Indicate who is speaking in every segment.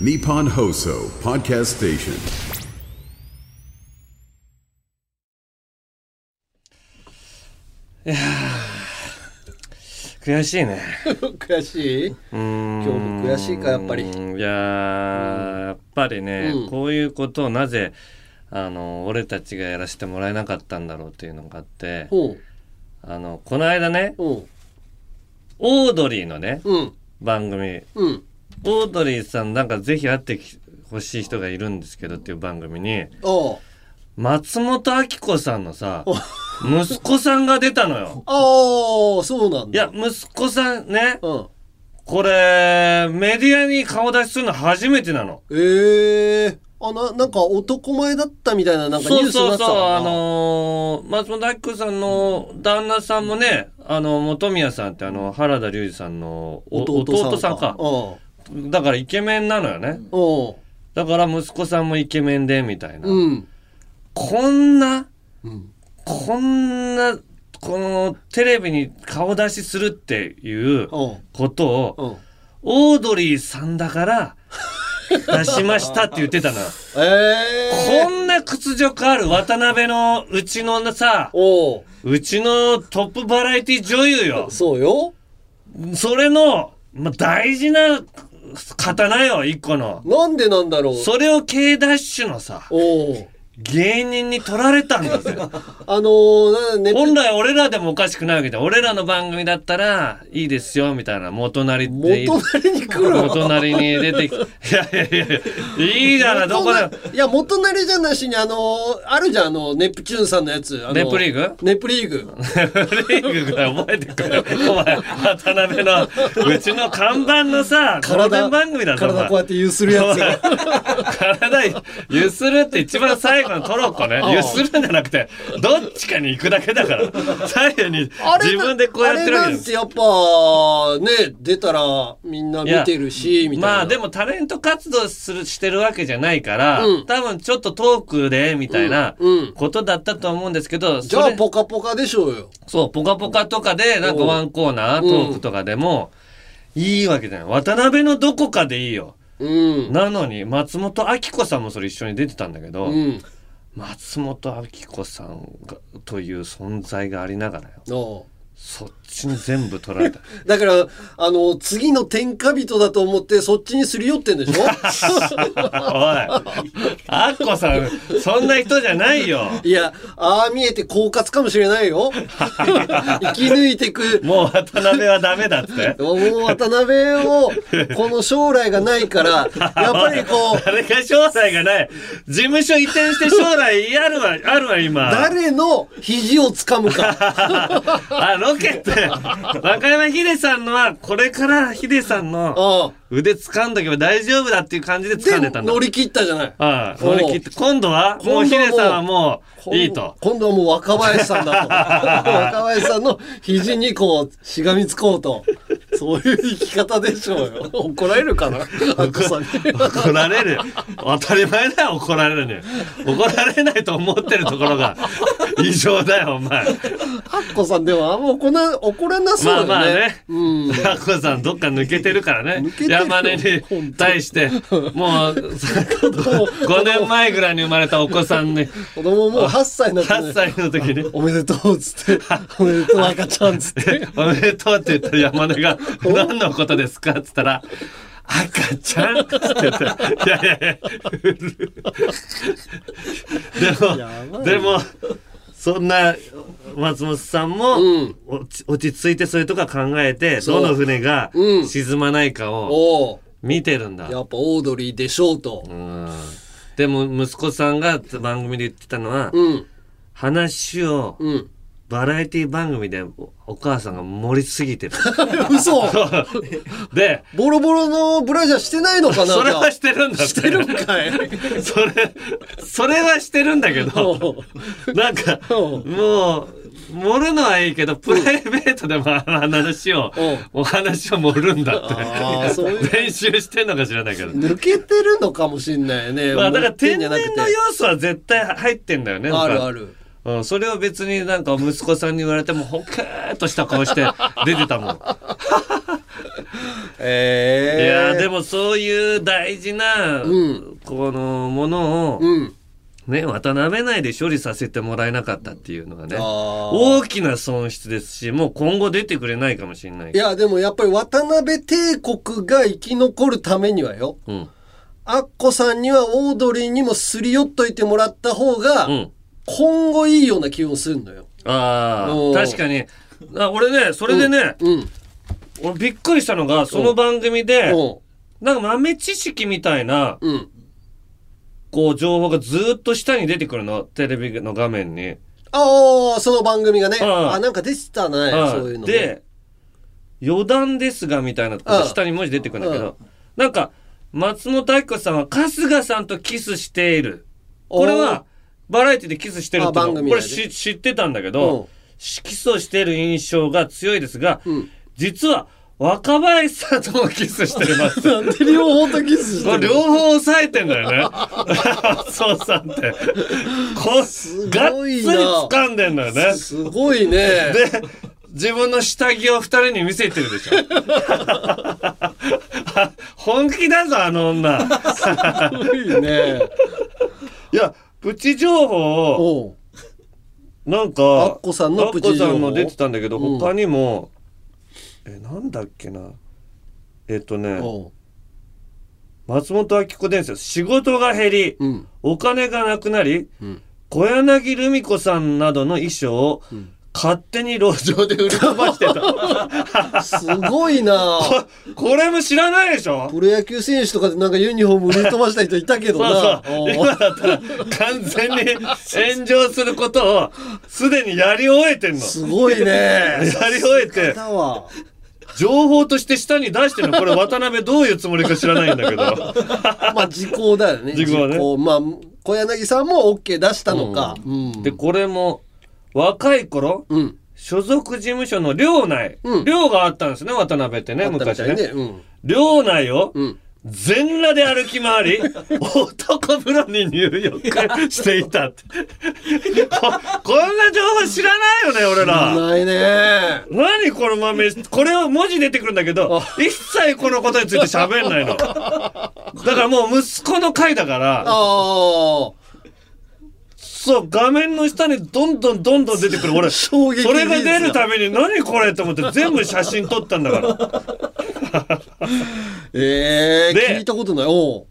Speaker 1: Nippon Hoso Podcast Station.
Speaker 2: 悔しいね
Speaker 3: 悔しい今日も悔しいかやっぱり
Speaker 2: うーんいやーやっぱりね、
Speaker 3: うん
Speaker 2: こういうことをなぜあの俺たちがやらせてもらえなかったんだろうっていうのがあって
Speaker 3: おう
Speaker 2: あのこの間ね
Speaker 3: おう
Speaker 2: オードリーのね
Speaker 3: うん
Speaker 2: 番組
Speaker 3: うん
Speaker 2: オードリーさんなんかぜひ会ってきほしい人がいるんですけどっていう番組に
Speaker 3: おう
Speaker 2: 松本明子さんのさ息子さんが出たのよ。
Speaker 3: ああそうなん
Speaker 2: い
Speaker 3: だ
Speaker 2: や息子さんね
Speaker 3: うん
Speaker 2: これメディアに顔出しするの初めてなの。
Speaker 3: ええあななんか男前だったみたいななんかニ
Speaker 2: そ
Speaker 3: ュー
Speaker 2: う
Speaker 3: スに
Speaker 2: そ
Speaker 3: な
Speaker 2: う
Speaker 3: って
Speaker 2: そう
Speaker 3: たもんな
Speaker 2: あのー松本明子さんの旦那さんもねあの本宮さんってあの原田龍二さんのお弟さんか
Speaker 3: うん
Speaker 2: だからイケメンなのよね
Speaker 3: おう
Speaker 2: だから息子さんもイケメンでみたいな、
Speaker 3: うん
Speaker 2: こんな
Speaker 3: うん
Speaker 2: こんなこのテレビに顔出しするっていう
Speaker 3: おう
Speaker 2: ことを
Speaker 3: うん
Speaker 2: オードリーさんだから出しましたって言ってたの よ
Speaker 3: ええ
Speaker 2: こんな屈辱ある渡辺のうちのさ
Speaker 3: おう
Speaker 2: うちのトップバラエティ女優よ。
Speaker 3: そうよ
Speaker 2: それの、まあ、大事な刀よ、一個の。
Speaker 3: なんでなんだろう
Speaker 2: それを K ダッシュのさ、
Speaker 3: おう
Speaker 2: 芸人に取られたんだぜ。
Speaker 3: あのー、なネ
Speaker 2: 本来俺らでもおかしくないわけじゃん。俺らの番組だったら、いいですよ、みたいな。元なりって言い
Speaker 3: 元なりに来る
Speaker 2: 元なりに出てきいやいやいやいや、いいだな、どこだ。
Speaker 3: いや、元なりじゃなしに、あのーあるじゃん、あの、ネプチューンさんのやつ。あの
Speaker 2: ネプリーグ
Speaker 3: ネプリーグ。
Speaker 2: レイグぐらい覚えてくれ。お前、渡辺の、うちの看板のさ、ゴールデン番組だぞ、お前
Speaker 3: 体こうやって揺するやつ。
Speaker 2: 体ゆするって一番最後のトロッコねゆするんじゃなくてどっちかに行くだけだから左右に
Speaker 3: あれな
Speaker 2: 自分でこうやってるわ
Speaker 3: あ
Speaker 2: け
Speaker 3: れ
Speaker 2: で
Speaker 3: なん
Speaker 2: す
Speaker 3: てやっぱ、ね、出たらみんな見てるし、みたいな。
Speaker 2: まあでもタレント活動するしてるわけじゃないから、
Speaker 3: うん
Speaker 2: 多分ちょっとトークでみたいな
Speaker 3: うんうん
Speaker 2: ことだったと思うんですけど、
Speaker 3: じゃ
Speaker 2: そ
Speaker 3: あ、
Speaker 2: れ
Speaker 3: ポカポカでしょうよ。
Speaker 2: そう「ぽかぽか」とかでなんかワンコーナー
Speaker 3: うん
Speaker 2: トークとかでも、いいわけじゃない渡辺のどこかでいいよ
Speaker 3: うん。
Speaker 2: なのに松本明子さんもそれ一緒に出てたんだけど、
Speaker 3: うん。
Speaker 2: 松本明子さんがという存在がありながらよ
Speaker 3: あ
Speaker 2: そっちに全部取られた
Speaker 3: あだから、あの、次の天下人だと思って、そっちにすり寄ってんで しょ
Speaker 2: おいあっこさんそんな人じゃないよ
Speaker 3: いや、ああ見えて狡猾かもしれな いよ。生き抜いてく。
Speaker 2: もう渡辺はダメだって
Speaker 3: もう渡辺を、この将来がな いから、やっぱりこう、
Speaker 2: 誰が将来がない事務所移転して将来あるわあるわ今
Speaker 3: 誰の肘を掴むか。
Speaker 2: あロケって和歌山秀さんのはこれから秀さんの
Speaker 3: ああ
Speaker 2: 腕掴んどけば大丈夫だっていう感じで掴んで
Speaker 3: で、
Speaker 2: たんだ
Speaker 3: 乗り切ったじゃない。
Speaker 2: ああ乗り切って今度はもう
Speaker 3: 今
Speaker 2: 秀
Speaker 3: 度はもう
Speaker 2: さんはもういいと
Speaker 3: 今度はもう若林さんだ と。若林さんの肘にこう、しがみつこうと。そういう生き方でしょう よ。怒られるかなあこさんに。
Speaker 2: 怒られる。当たり前だよ、怒られるね。怒られないと思ってるところ が異常だよ、お前。
Speaker 3: あっこさんでもあんま怒ら怒らなそう
Speaker 2: ま
Speaker 3: だ
Speaker 2: あ
Speaker 3: よ
Speaker 2: ま
Speaker 3: ね。
Speaker 2: あね。
Speaker 3: うん。
Speaker 2: タコさんどっか抜けてるからね
Speaker 3: 抜けてるよ
Speaker 2: 山根に対してもう5年前ぐらいに生まれたお子さんに
Speaker 3: 子供もう8歳になってね
Speaker 2: 8歳の時に
Speaker 3: おめでとうっつって、おめでとう赤ちゃんっ つって。
Speaker 2: 「おめでとう」って言ったら山根が「何のことですか?」っつったら「赤ちゃん」って言って「いやいやいや」でもでもそんな松本さんも
Speaker 3: うん
Speaker 2: 落ち落ち着いてそういうとこは考えて
Speaker 3: そ
Speaker 2: ど
Speaker 3: う
Speaker 2: の船が
Speaker 3: うん
Speaker 2: 沈まないかを
Speaker 3: おお
Speaker 2: 見てるんだ
Speaker 3: やっぱオードリーでしょうと。
Speaker 2: うんでも息子さんが番組で言ってたのは
Speaker 3: うん。
Speaker 2: 話を
Speaker 3: うん。
Speaker 2: バラエティ番組でおお母さんが盛りすぎてる
Speaker 3: 嘘
Speaker 2: で
Speaker 3: ボロボロのブラジャーしてないのかな
Speaker 2: それはし
Speaker 3: じ
Speaker 2: てるんだって
Speaker 3: ゃあしてるんかい。
Speaker 2: それそれはしてるんだけどなんか
Speaker 3: お
Speaker 2: も
Speaker 3: う
Speaker 2: う盛るのはいいけどプライベートでもあの話をお話を盛るんだ
Speaker 3: あ
Speaker 2: っ
Speaker 3: ーそういう
Speaker 2: て練習してんのか知らないけど。
Speaker 3: 抜けてるのかもしんないね。
Speaker 2: まあ、だから天然
Speaker 3: 持ってんじゃな
Speaker 2: の
Speaker 3: くて
Speaker 2: 要素は絶対入ってんだよね。
Speaker 3: あるあ
Speaker 2: る。
Speaker 3: る。
Speaker 2: うん、それを別になんか息子さんに言われてもほっけーっとした顔して出てたもん。
Speaker 3: え
Speaker 2: い
Speaker 3: え
Speaker 2: やーで
Speaker 3: も
Speaker 2: もそういう大事な、
Speaker 3: うん
Speaker 2: このものを、
Speaker 3: うん
Speaker 2: ね、渡辺内で処理させてもらえなかったっていうのはね、
Speaker 3: あー
Speaker 2: 大きな損失ですし、もう今後出てくれないかもしれない
Speaker 3: い。やでもやっぱり渡辺帝国が生き残るためにはよ
Speaker 2: うん。
Speaker 3: アッコさんにはオードリーにもすり寄っといてもらった方が、
Speaker 2: うん。
Speaker 3: 今後いいような気もするのよ。
Speaker 2: あ
Speaker 3: お
Speaker 2: あ、
Speaker 3: ー
Speaker 2: 確かに。あ俺ね、それでね、
Speaker 3: うん。
Speaker 2: 俺びっくりしたのが、その番組で、
Speaker 3: う
Speaker 2: なんか豆知識みたいな、
Speaker 3: ん。うん。
Speaker 2: こう、情報がずーっと下に出てくるの、テレビの画面に。
Speaker 3: ああ、その番組がね。
Speaker 2: うん
Speaker 3: あ、なんか出てたね。
Speaker 2: あ
Speaker 3: そういうのね。
Speaker 2: で、余談ですが、みたいな、
Speaker 3: ああ
Speaker 2: 下に文字出てくるんだけ
Speaker 3: ああ
Speaker 2: ど、なんか、松本明子さんは春日さんとキスしている。これは、バラエティでキスしてるって
Speaker 3: あ
Speaker 2: の
Speaker 3: 番組
Speaker 2: こ
Speaker 3: 内
Speaker 2: れ
Speaker 3: で
Speaker 2: し知ってたんだけ
Speaker 3: うん
Speaker 2: ど、しキスをしてる印象が強いですが、
Speaker 3: うん
Speaker 2: 実は若林さんともキスしてる ます。
Speaker 3: なんで両方とキスし
Speaker 2: こ
Speaker 3: て
Speaker 2: れ
Speaker 3: る
Speaker 2: 両方押さえてんだよね。 そうさんって。こう、がっつ
Speaker 3: す
Speaker 2: り
Speaker 3: ごいな
Speaker 2: 掴んでんだよね。
Speaker 3: すごいね。
Speaker 2: で、自分の下着を二人に見せてるでしょ。 本気だぞ、あの女。
Speaker 3: すごいね。
Speaker 2: いや、プチ情報を、
Speaker 3: おう
Speaker 2: なんか、
Speaker 3: アッコさんのプチ情報
Speaker 2: アッコさんの出てたんだけど、
Speaker 3: うん
Speaker 2: 他にも、え、なんだっけな。えっとね、
Speaker 3: おう。
Speaker 2: 松本明子伝説、仕事が減り、
Speaker 3: うん。
Speaker 2: お金がなくなり、
Speaker 3: うん
Speaker 2: 小柳ルミ子さんなどの衣装を勝手に路上で売り飛ば してた。
Speaker 3: すごいな。
Speaker 2: これも知らないでしょ
Speaker 3: プロ野球選手とかでなんかユニフォーム売り飛ばした人いたけど
Speaker 2: そう
Speaker 3: な。
Speaker 2: そう。今だったら完全に炎上することをすでにやり終えてんの。
Speaker 3: すごいね。や
Speaker 2: やり終えて、
Speaker 3: だわ。
Speaker 2: 情報として下に出してるの。これ渡辺どういうつもりか知らないんだけど。
Speaker 3: まあ時効だよね。
Speaker 2: 時効ね
Speaker 3: まあ、小柳さんも OK 出したのか。うん。
Speaker 2: で、これも、若い頃、
Speaker 3: うん。
Speaker 2: 所属事務所の寮内、
Speaker 3: うん
Speaker 2: 寮があったんですね、渡辺ってね、
Speaker 3: あったみ
Speaker 2: 昔
Speaker 3: たいね。
Speaker 2: ね。
Speaker 3: うん。
Speaker 2: 寮内を、
Speaker 3: うん。
Speaker 2: 全裸で歩き回 り、男風呂に入浴していたって。ここんな情報知らないよね、俺ら。
Speaker 3: ないね。
Speaker 2: 何この豆、これを文字出てくるんだけど、一切このことについて喋んないの。だからもう息子の回だから、
Speaker 3: ああ。
Speaker 2: そう、画面の下にどんどんどんどん出てくる。俺、そ
Speaker 3: 衝撃
Speaker 2: れが出る
Speaker 3: め。
Speaker 2: ために何これと思って全部写真撮ったんだ から。
Speaker 3: ええ
Speaker 2: で
Speaker 3: 聞いたことない。おう。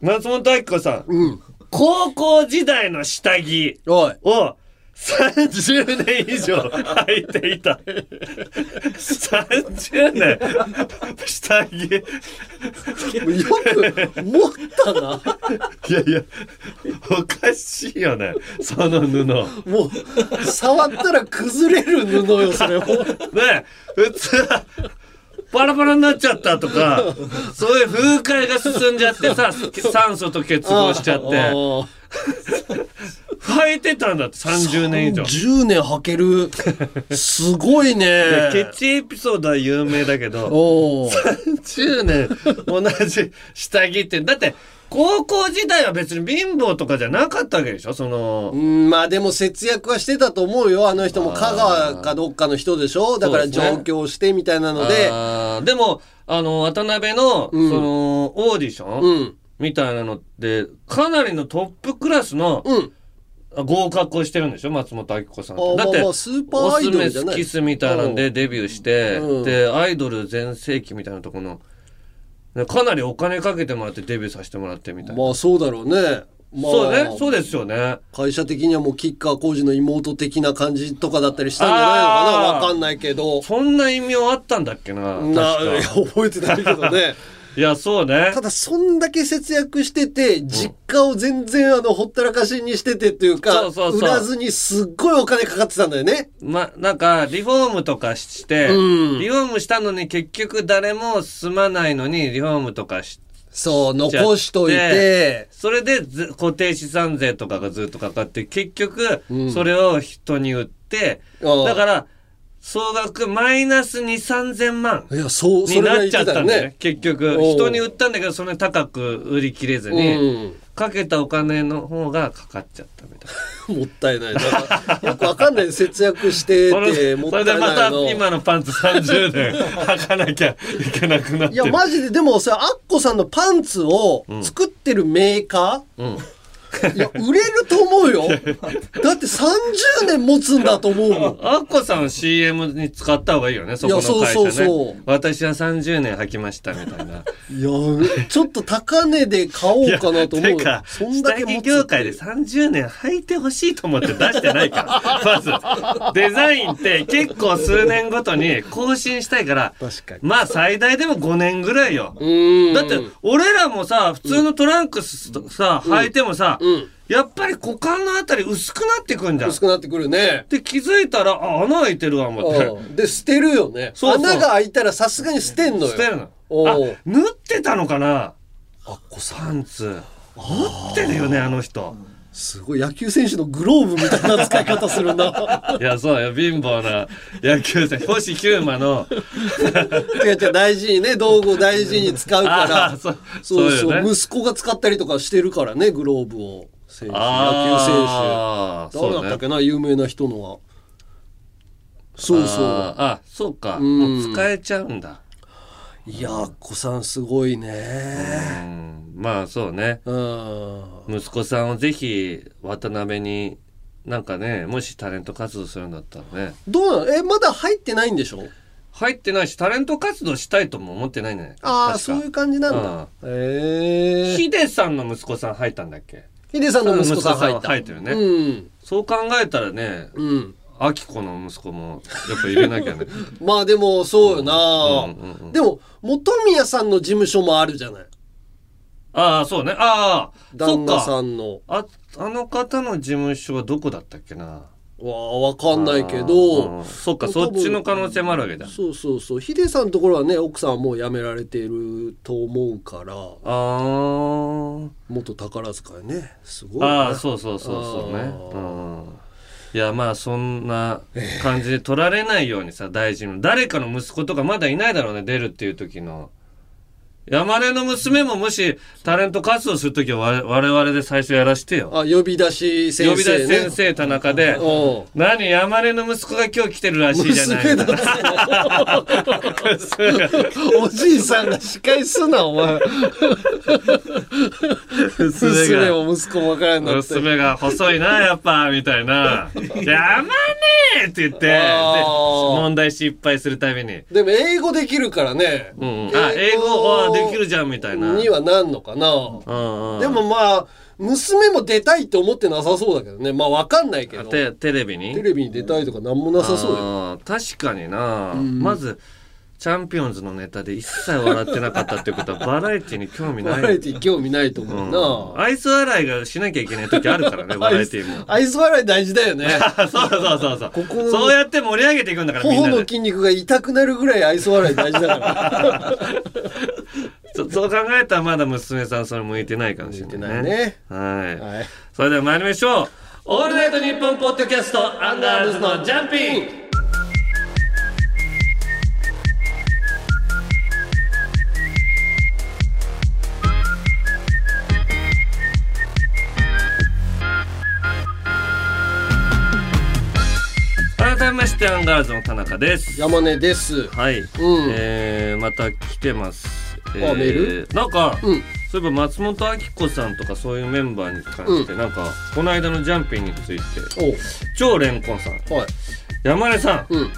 Speaker 2: 松本明子さん、
Speaker 3: うん。
Speaker 2: 高校時代の下着。
Speaker 3: おい。
Speaker 2: を30年以上履いてい た。30年下着。
Speaker 3: よく持ったな。
Speaker 2: いやいや、おかしいよね。その布。
Speaker 3: もう、触ったら崩れる布よ、そ れも。
Speaker 2: ね普通は、バラバラになっちゃったとか、そういう風解が進んじゃってさ、酸素と結合しちゃって、履いてたんだって30年以上。
Speaker 3: 10年履ける。すごいね。
Speaker 2: ケチエピソードは有名だけど、
Speaker 3: おう
Speaker 2: 10年同じ下着ってだって高校時代は別に貧乏とかじゃなかったわけでしょその
Speaker 3: うんまあでも節約はしてたと思うよ。あの人も香川かどっかの人でしょだから
Speaker 2: そうです
Speaker 3: 上
Speaker 2: ね
Speaker 3: 京してみたいなので。
Speaker 2: あーでもあの渡辺の、
Speaker 3: うん
Speaker 2: そのオーディション、
Speaker 3: うん。
Speaker 2: みたいなのってかなりのトップクラスの
Speaker 3: うん。
Speaker 2: 合格をしてるんでしょ松本明子さんってだ
Speaker 3: あ
Speaker 2: っ
Speaker 3: まあ
Speaker 2: て
Speaker 3: まあスーパー
Speaker 2: オ
Speaker 3: アイ
Speaker 2: ス
Speaker 3: ドル
Speaker 2: メ
Speaker 3: じゃ
Speaker 2: ス
Speaker 3: ない
Speaker 2: キスみたいなんでデビューして、
Speaker 3: うん
Speaker 2: でアイドル全盛期みたいなところのかなりお金かけてもらってデビューさせてもらってみたいな、
Speaker 3: まあそうだろうね。まあ、
Speaker 2: そうねそうですよね
Speaker 3: 会社的にはもうキッカー工事の妹的な感じとかだったりしたんじゃないのか
Speaker 2: あー
Speaker 3: なわかんないけど。
Speaker 2: そんな異名あったんだっけな確
Speaker 3: な、 いや
Speaker 2: か
Speaker 3: 覚えてないけどね。
Speaker 2: いやそうね
Speaker 3: ただ、そんだけ節約してて、実家を全然、あの、ほったらかしにしててっていうか、
Speaker 2: そうそうそう
Speaker 3: 売らずにすっごいお金かかってたんだよね。
Speaker 2: まなんかリフォームとかして、
Speaker 3: うん
Speaker 2: リフォームしたのに結局誰も住まないのにリフォームとかし
Speaker 3: そう、残しといて、
Speaker 2: それでず固定資産税とかがずっとかかって結局
Speaker 3: うん
Speaker 2: それを人に売って、
Speaker 3: ああ
Speaker 2: だから総額マイナス2、3000万。
Speaker 3: いや、そう、そ
Speaker 2: に
Speaker 3: れ
Speaker 2: な
Speaker 3: が言
Speaker 2: っ
Speaker 3: っ
Speaker 2: ちゃ
Speaker 3: て
Speaker 2: ったた
Speaker 3: よ
Speaker 2: んだよね
Speaker 3: ね。
Speaker 2: 結局
Speaker 3: おう
Speaker 2: 人に売ったんだけどそんなに高く売り切れずに、かけたお金の方がかかっちゃったみたいな
Speaker 3: うん。もったいない。だからよくわかんない。節約して
Speaker 2: この
Speaker 3: て、もっ
Speaker 2: そ
Speaker 3: た
Speaker 2: れ
Speaker 3: いな
Speaker 2: でま
Speaker 3: い
Speaker 2: た
Speaker 3: の。
Speaker 2: 今のパンツ30年履かなきゃいけなくなっ
Speaker 3: い
Speaker 2: て
Speaker 3: や、
Speaker 2: る
Speaker 3: マジで、でもさ、アッコさんのパンツを作ってるメーカー、いや、売れると思 うよ。だって30年持つんだと思うもん。
Speaker 2: アッコさん CM に使った方がいいよねそこの会社ね
Speaker 3: いやそうそうそう
Speaker 2: 私は30年履きましたみた いない
Speaker 3: や、ちょっと高値で買おうかなと思うよ。
Speaker 2: てか
Speaker 3: そんだ
Speaker 2: 下
Speaker 3: け
Speaker 2: 着
Speaker 3: 持つって
Speaker 2: 業界で30年履いてほしいと思って出してない からまずデザインって結構数年ごとに更新したいから
Speaker 3: 確かに
Speaker 2: まあ最大でも5年ぐらいよ
Speaker 3: うん。
Speaker 2: だって俺らもさ普通のトランクスさ、履いてもさ、
Speaker 3: うん
Speaker 2: やっぱり股間のあたり薄くなってくんじゃん。
Speaker 3: 薄くなってくるね。
Speaker 2: で気づいたらあ穴開いてるわ思って
Speaker 3: うんで、捨てるよね。
Speaker 2: そうそう
Speaker 3: 穴が開いたらさすがに捨てんのよ。
Speaker 2: 捨てるの。
Speaker 3: お
Speaker 2: あ
Speaker 3: う
Speaker 2: 縫ってたのかな
Speaker 3: アッコさん。
Speaker 2: パンツ。縫ってるよねあの人。
Speaker 3: すごい野球選手のグローブみたいな使い方するな。
Speaker 2: いやそうよ貧乏な野球選手星九馬 の
Speaker 3: 違う違う、大事にね、道具を大事に使うから。
Speaker 2: あそう
Speaker 3: そうそう
Speaker 2: そうよね
Speaker 3: 息子が使ったりとかしてるからね、グローブを。選手、野
Speaker 2: あ
Speaker 3: 球選手。誰
Speaker 2: ー
Speaker 3: だったっ
Speaker 2: そうね
Speaker 3: けな、有名な人のは。そうそ
Speaker 2: あーあそうか
Speaker 3: ん
Speaker 2: もう使えちゃうんだ
Speaker 3: う。いや、アッコさんすごいね。
Speaker 2: うんまあそうね
Speaker 3: うん。
Speaker 2: 息子さんをぜひ渡辺になんかねもしタレント活動するんだったらね
Speaker 3: どうなのえ、まだ入ってないんでしょ
Speaker 2: 入ってないしタレント活動したいとも思ってないね
Speaker 3: ああ、
Speaker 2: 確か
Speaker 3: そういう感じなんだ。ええ。
Speaker 2: ヒデさんの息子さん入ったんだっけ
Speaker 3: ヒデさんの息子さん入っ
Speaker 2: 息子
Speaker 3: た。
Speaker 2: 入ってるね、
Speaker 3: うん。
Speaker 2: そう考えたらね
Speaker 3: うん。
Speaker 2: アキコの息子もやっぱ入れなきゃね
Speaker 3: まあでもそうよな、
Speaker 2: うんうんうん
Speaker 3: でも本宮さんの事務所もあるじゃない
Speaker 2: ああそうねああそ
Speaker 3: 旦
Speaker 2: っ
Speaker 3: 那さ
Speaker 2: か
Speaker 3: んの
Speaker 2: ああの方の事務所はどこだったっけな
Speaker 3: わあわかんないけ
Speaker 2: あー
Speaker 3: ど
Speaker 2: そっか
Speaker 3: 多
Speaker 2: そっ
Speaker 3: 分
Speaker 2: ちの可能性もあるわけだ
Speaker 3: そうそうそうヒデさんのところはね奥さんはもう辞められてると思うから
Speaker 2: あー
Speaker 3: 元宝塚ねすごいね
Speaker 2: ああそうそうそうそうね
Speaker 3: あ
Speaker 2: うんいやまあそんな感じで取られないようにさ大事に誰かの息子とかまだいないだろうね出るっていう時の山根の娘ももしタレント活動する時は我我々で最初やらしてよ
Speaker 3: あ呼び出し先生、ね、
Speaker 2: 呼び出し先生田中で
Speaker 3: おう
Speaker 2: 何山根の息子が今日来てるらしいじゃない
Speaker 3: 娘だっておじいさんが司会すなお前
Speaker 2: 娘
Speaker 3: 娘
Speaker 2: が
Speaker 3: も息子もわからんなって
Speaker 2: 娘が細いなやっぱみたい な「山根!」って言ってで
Speaker 3: あー
Speaker 2: 問題失敗するたびに
Speaker 3: でも英語できるからね、
Speaker 2: うんうん、あ英語はできるじゃんみたいな。
Speaker 3: にはなんのかな、
Speaker 2: うんうん、
Speaker 3: でもまあ娘も出たいって思ってなさそうだけどねまあわかんないけどテ
Speaker 2: テテレビに
Speaker 3: レビに出たいとかなんもなさそうだよ
Speaker 2: あー確かにな、まずチャンピオンズのネタで一切笑ってなかったってことはバラエティに興味な
Speaker 3: バ
Speaker 2: い
Speaker 3: ラエティ興味ないと思
Speaker 2: う、
Speaker 3: うん
Speaker 2: アイス笑いがしなきゃいけない時あるからね
Speaker 3: な
Speaker 2: バラエティも。
Speaker 3: アイス笑い大事だよね
Speaker 2: あそうそうそうそう
Speaker 3: この
Speaker 2: そうやって盛り上げていくんだからみん
Speaker 3: 頬
Speaker 2: な
Speaker 3: の
Speaker 2: で
Speaker 3: 筋肉が痛くなるぐらいアイス笑い大事だから
Speaker 2: そそう考えたらまだ娘さんそれ向いてないかもしれないね
Speaker 3: 向いてないね
Speaker 2: はい、
Speaker 3: はい
Speaker 2: それでは参りましょう「 オールナイトニッポン」ポッドキャストアンダールズのジャンピング改めましてアンガールズの田中です。
Speaker 3: 山根です
Speaker 2: はい、
Speaker 3: ん
Speaker 2: えーまた来てます。え
Speaker 3: メー
Speaker 2: なんか、
Speaker 3: うん
Speaker 2: そういえば松本明子さんとかそういうメンバーに関して、なんかこの間のジャンピンについて
Speaker 3: おう
Speaker 2: 超レンコンさん
Speaker 3: はい
Speaker 2: 山根さん
Speaker 3: うん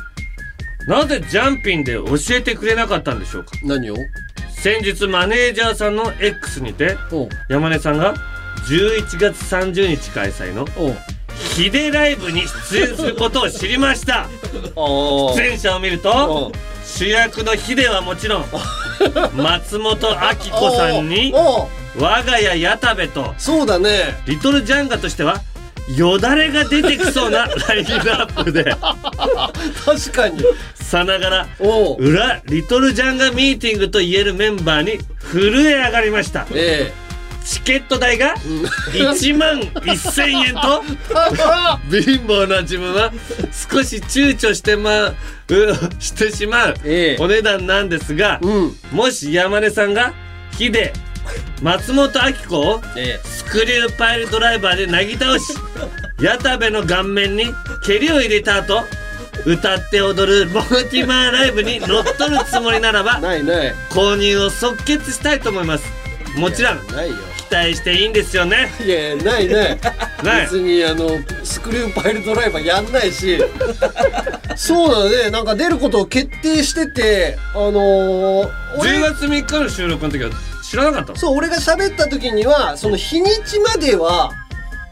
Speaker 2: なぜジャンピンで教えてくれなかったんでしょうか
Speaker 3: 何を
Speaker 2: 先日マネージャーさんの X にて
Speaker 3: おう
Speaker 2: 山根さんが11月30日開催の
Speaker 3: おう
Speaker 2: ヒデライブに出演することを知りました
Speaker 3: あ
Speaker 2: 出演者を見る
Speaker 3: う
Speaker 2: と
Speaker 3: ん
Speaker 2: 主役のヒデはもちろん松本明
Speaker 3: あ
Speaker 2: 子さんに
Speaker 3: おう
Speaker 2: 我が家矢田部と
Speaker 3: そうだね
Speaker 2: リトルジャンガとしてはよだれが出てきそうなラインナップで
Speaker 3: 確かに
Speaker 2: さながら
Speaker 3: お う
Speaker 2: 裏リトルジャンガミーティングと言えるメンバーに震え上がりました
Speaker 3: ええ
Speaker 2: チケット代が1万1000円と 貧乏な自分は少し躊躇してまうしてしまう
Speaker 3: ええ
Speaker 2: お値段なんですが、
Speaker 3: うん
Speaker 2: もし山根さんがヒデ松本明子を
Speaker 3: え
Speaker 2: スクリューパイルドライバーでなぎ倒し矢田部の顔面に蹴りを入れた後歌って踊るモンキーマーライブに乗っ取るつもりならば
Speaker 3: ないない
Speaker 2: 購入を即決したいと思いますもちろん
Speaker 3: ないよ
Speaker 2: 期待していいんですよね
Speaker 3: いやいやないない
Speaker 2: ない
Speaker 3: 別にあのスクリューパイルドライバーやんないしそうだねなんか出ることを決定しててあのー、
Speaker 2: 10
Speaker 3: 俺
Speaker 2: 月3日の収録の時は知らなかったの
Speaker 3: そう俺が喋った時にはその日にちまでは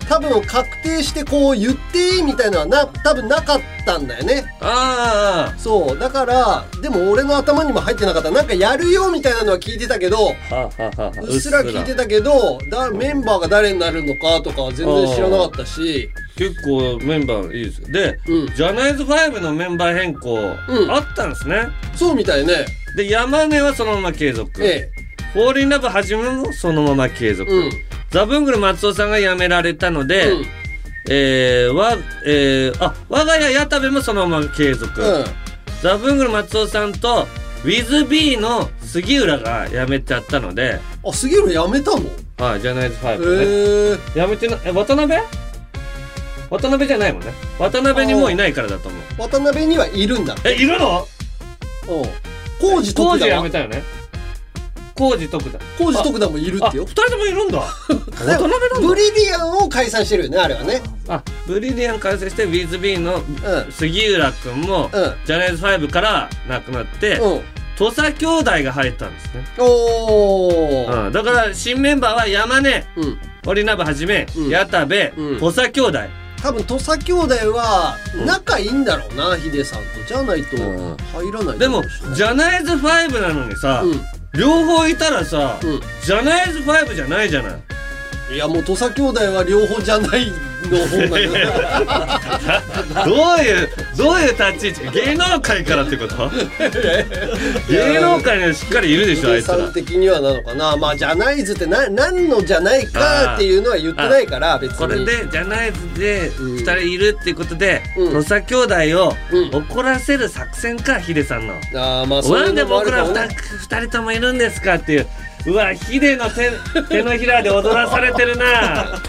Speaker 3: 多分確定してこう言っていいみたいなのはな多分なかったんだよね
Speaker 2: ああ
Speaker 3: そうだからでも俺の頭にも入ってなかったなんかやるよみたいなのは聞いてたけど
Speaker 2: ああはあはあはあ
Speaker 3: うっすら聞いてたけどだメンバーが誰になるのかとかは全然知らなかったし
Speaker 2: 結構メンバーいいですよで、
Speaker 3: うん
Speaker 2: ジャナイズ5のメンバー変更、
Speaker 3: うん
Speaker 2: あったんですね
Speaker 3: そうみたいね
Speaker 2: で山根はそのまま継続、
Speaker 3: え
Speaker 2: フォーリンラブ始めもそのまま継
Speaker 3: え
Speaker 2: 続、
Speaker 3: うん
Speaker 2: ザブングル松尾さんが辞められたので、
Speaker 3: うん
Speaker 2: えー、わ、えー、あ、我が家矢田部もそのまま継続。
Speaker 3: うん
Speaker 2: ザブングル松尾さんと、ウィズビーの杉浦が辞めちゃったので、
Speaker 3: あ杉浦やめたのへ
Speaker 2: はい、ジャナイズ
Speaker 3: え
Speaker 2: 5、ね。辞めてな、え、渡辺渡辺じゃないもんね。渡辺にもういないからだと思う。
Speaker 3: 渡辺にはいるんだ
Speaker 2: え、いるの
Speaker 3: うん工事
Speaker 2: 工事
Speaker 3: 徳田
Speaker 2: 辞め
Speaker 3: は
Speaker 2: たよね。工事徳田。
Speaker 3: 工事徳田もいる
Speaker 2: あ、
Speaker 3: って
Speaker 2: 二
Speaker 3: よ
Speaker 2: 人ともいるん だ。
Speaker 3: で
Speaker 2: 渡辺なんだ
Speaker 3: ブ。リリアンを解散してるよねあれはね
Speaker 2: あ、ブリリアン完成して、ウィズビーの
Speaker 3: うん
Speaker 2: 杉浦くんも、
Speaker 3: うん
Speaker 2: ジャニーズ5からなくなって、
Speaker 3: うん
Speaker 2: 土佐兄弟が入ったんですね。
Speaker 3: おー
Speaker 2: うん、だから、新メンバーは山根、
Speaker 3: うん
Speaker 2: 堀鍋はじめ、
Speaker 3: うん
Speaker 2: 矢田部、
Speaker 3: うん
Speaker 2: 土佐兄弟。
Speaker 3: 多分土佐兄弟は仲いいんだろうな、ヒデさんとじゃないと
Speaker 2: うん
Speaker 3: 入らない
Speaker 2: でも、ジャナイズ5なのにさ、両方いたらさ、
Speaker 3: うん
Speaker 2: ジャナイズ5じゃないじゃない。
Speaker 3: うんいやもう土佐兄弟は両方じゃないの方がいい
Speaker 2: どういう、どういう立ち位置芸能界からってこと芸能界にはしっかりいるで
Speaker 3: ヒ
Speaker 2: しょ、あ
Speaker 3: デ
Speaker 2: いつ
Speaker 3: さ
Speaker 2: ら
Speaker 3: ん。的にはなのかなまあじゃないずってな何のじゃないかっていうのは言ってないから別に
Speaker 2: これでジャナイズで
Speaker 3: うん
Speaker 2: 2人いるっていうことで、
Speaker 3: うん
Speaker 2: 土佐兄弟を
Speaker 3: うん
Speaker 2: 怒らせる作戦か、ヒデさんの。
Speaker 3: あーまあそうい
Speaker 2: な
Speaker 3: うん
Speaker 2: で
Speaker 3: のもあ
Speaker 2: 僕
Speaker 3: るからもね
Speaker 2: 二人ともいるんですかっていう。うわ、ヒデの 手手のひらで踊らされてるな。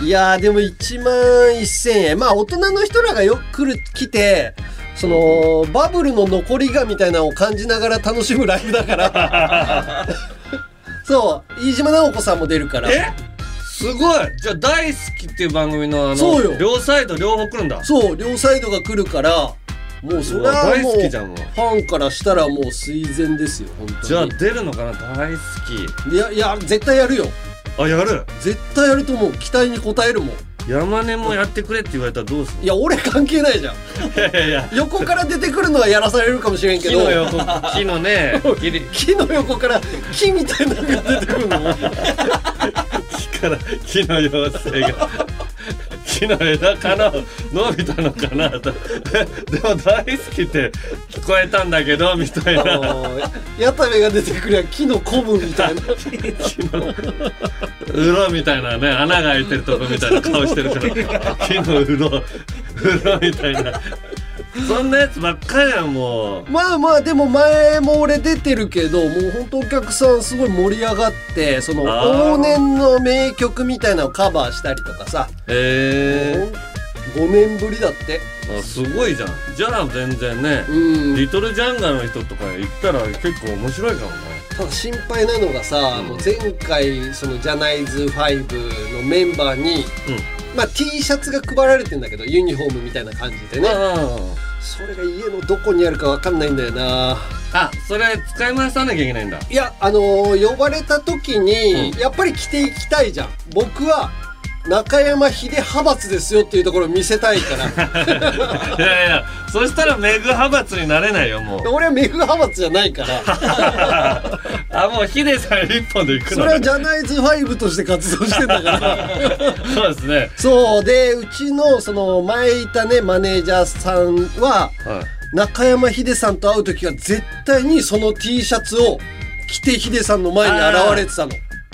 Speaker 3: いやーでも1万1000円まあ大人の人らがよく来る来てそのバブルの残りがみたいなのを感じながら楽しむライブだからそう飯島直子さんも出るから
Speaker 2: えすごいじゃあ、大好きっていう番組のあ
Speaker 3: そうよ
Speaker 2: の、両サイド両方来るんだ。
Speaker 3: そう両サイドが来るからもうそれ
Speaker 2: うわ
Speaker 3: は
Speaker 2: 大
Speaker 3: もう
Speaker 2: 好きじゃんもう
Speaker 3: ファンからしたらもう垂涎ですよ本
Speaker 2: じゃ
Speaker 3: 当
Speaker 2: あ、
Speaker 3: に
Speaker 2: 出るのかな大好き。
Speaker 3: いやいや絶対やるよ
Speaker 2: あ、やる
Speaker 3: 絶対やると思う期待に応えるもん
Speaker 2: 山根もやってくれって言われたらどうす
Speaker 3: いや俺関係ない じゃん
Speaker 2: るいやいやいや、
Speaker 3: 横から出てくるのはやらされるかもしれんけ
Speaker 2: 木
Speaker 3: ど
Speaker 2: の横、木の ね、切り、
Speaker 3: 木の横から木みたいなのが出てくるの
Speaker 2: 木から木の妖精が木の枝かな伸びたのかな とでも大好きって聞こえたんだけどみたいな
Speaker 3: 矢田部が出てくりゃ木の古文みたいな
Speaker 2: 木のうろみたいなね穴が開いてるとこみたいな顔してるから木のうろうろみたいなそんなやつばっかりやんもう
Speaker 3: まあまあでも前も俺出てるけどもうほんとお客さんすごい盛り上がってその
Speaker 2: あー
Speaker 3: 往年の名曲みたいなのをカバーしたりとかさ
Speaker 2: え
Speaker 3: 5年ぶりだって
Speaker 2: ー、あすごいじゃんじゃあ全然ね
Speaker 3: うん
Speaker 2: リトルジャンガの人とか行ったら結構面白いかもね
Speaker 3: ただ心配なのがさ、
Speaker 2: うん
Speaker 3: もう前回そのジャナイズ5のメンバーに、まあ、T シャツが配られてんだけどユニフォームみたいな感じでね
Speaker 2: あ
Speaker 3: それが家のどこにあるかわかんないんだよな
Speaker 2: あそれ使い回さなきゃいけないんだ
Speaker 3: いやあのー呼ばれた時に、
Speaker 2: うん
Speaker 3: やっぱり着ていきたいじゃん僕は中山秀派閥ですよっていうところを見せたいから
Speaker 2: いやいやそしたらメグ派閥になれないよもう
Speaker 3: 俺はメグ派閥じゃないから
Speaker 2: あもうヒデさん一本で行く
Speaker 3: そ
Speaker 2: の
Speaker 3: れは
Speaker 2: ね
Speaker 3: ジャナイズ5として活動してんだから
Speaker 2: そうですね
Speaker 3: そうでうちのその前いたねマネージャーさんは
Speaker 2: はい
Speaker 3: 中山秀さんと会う時は絶対にその T シャツを着て秀さんの前に現れてたの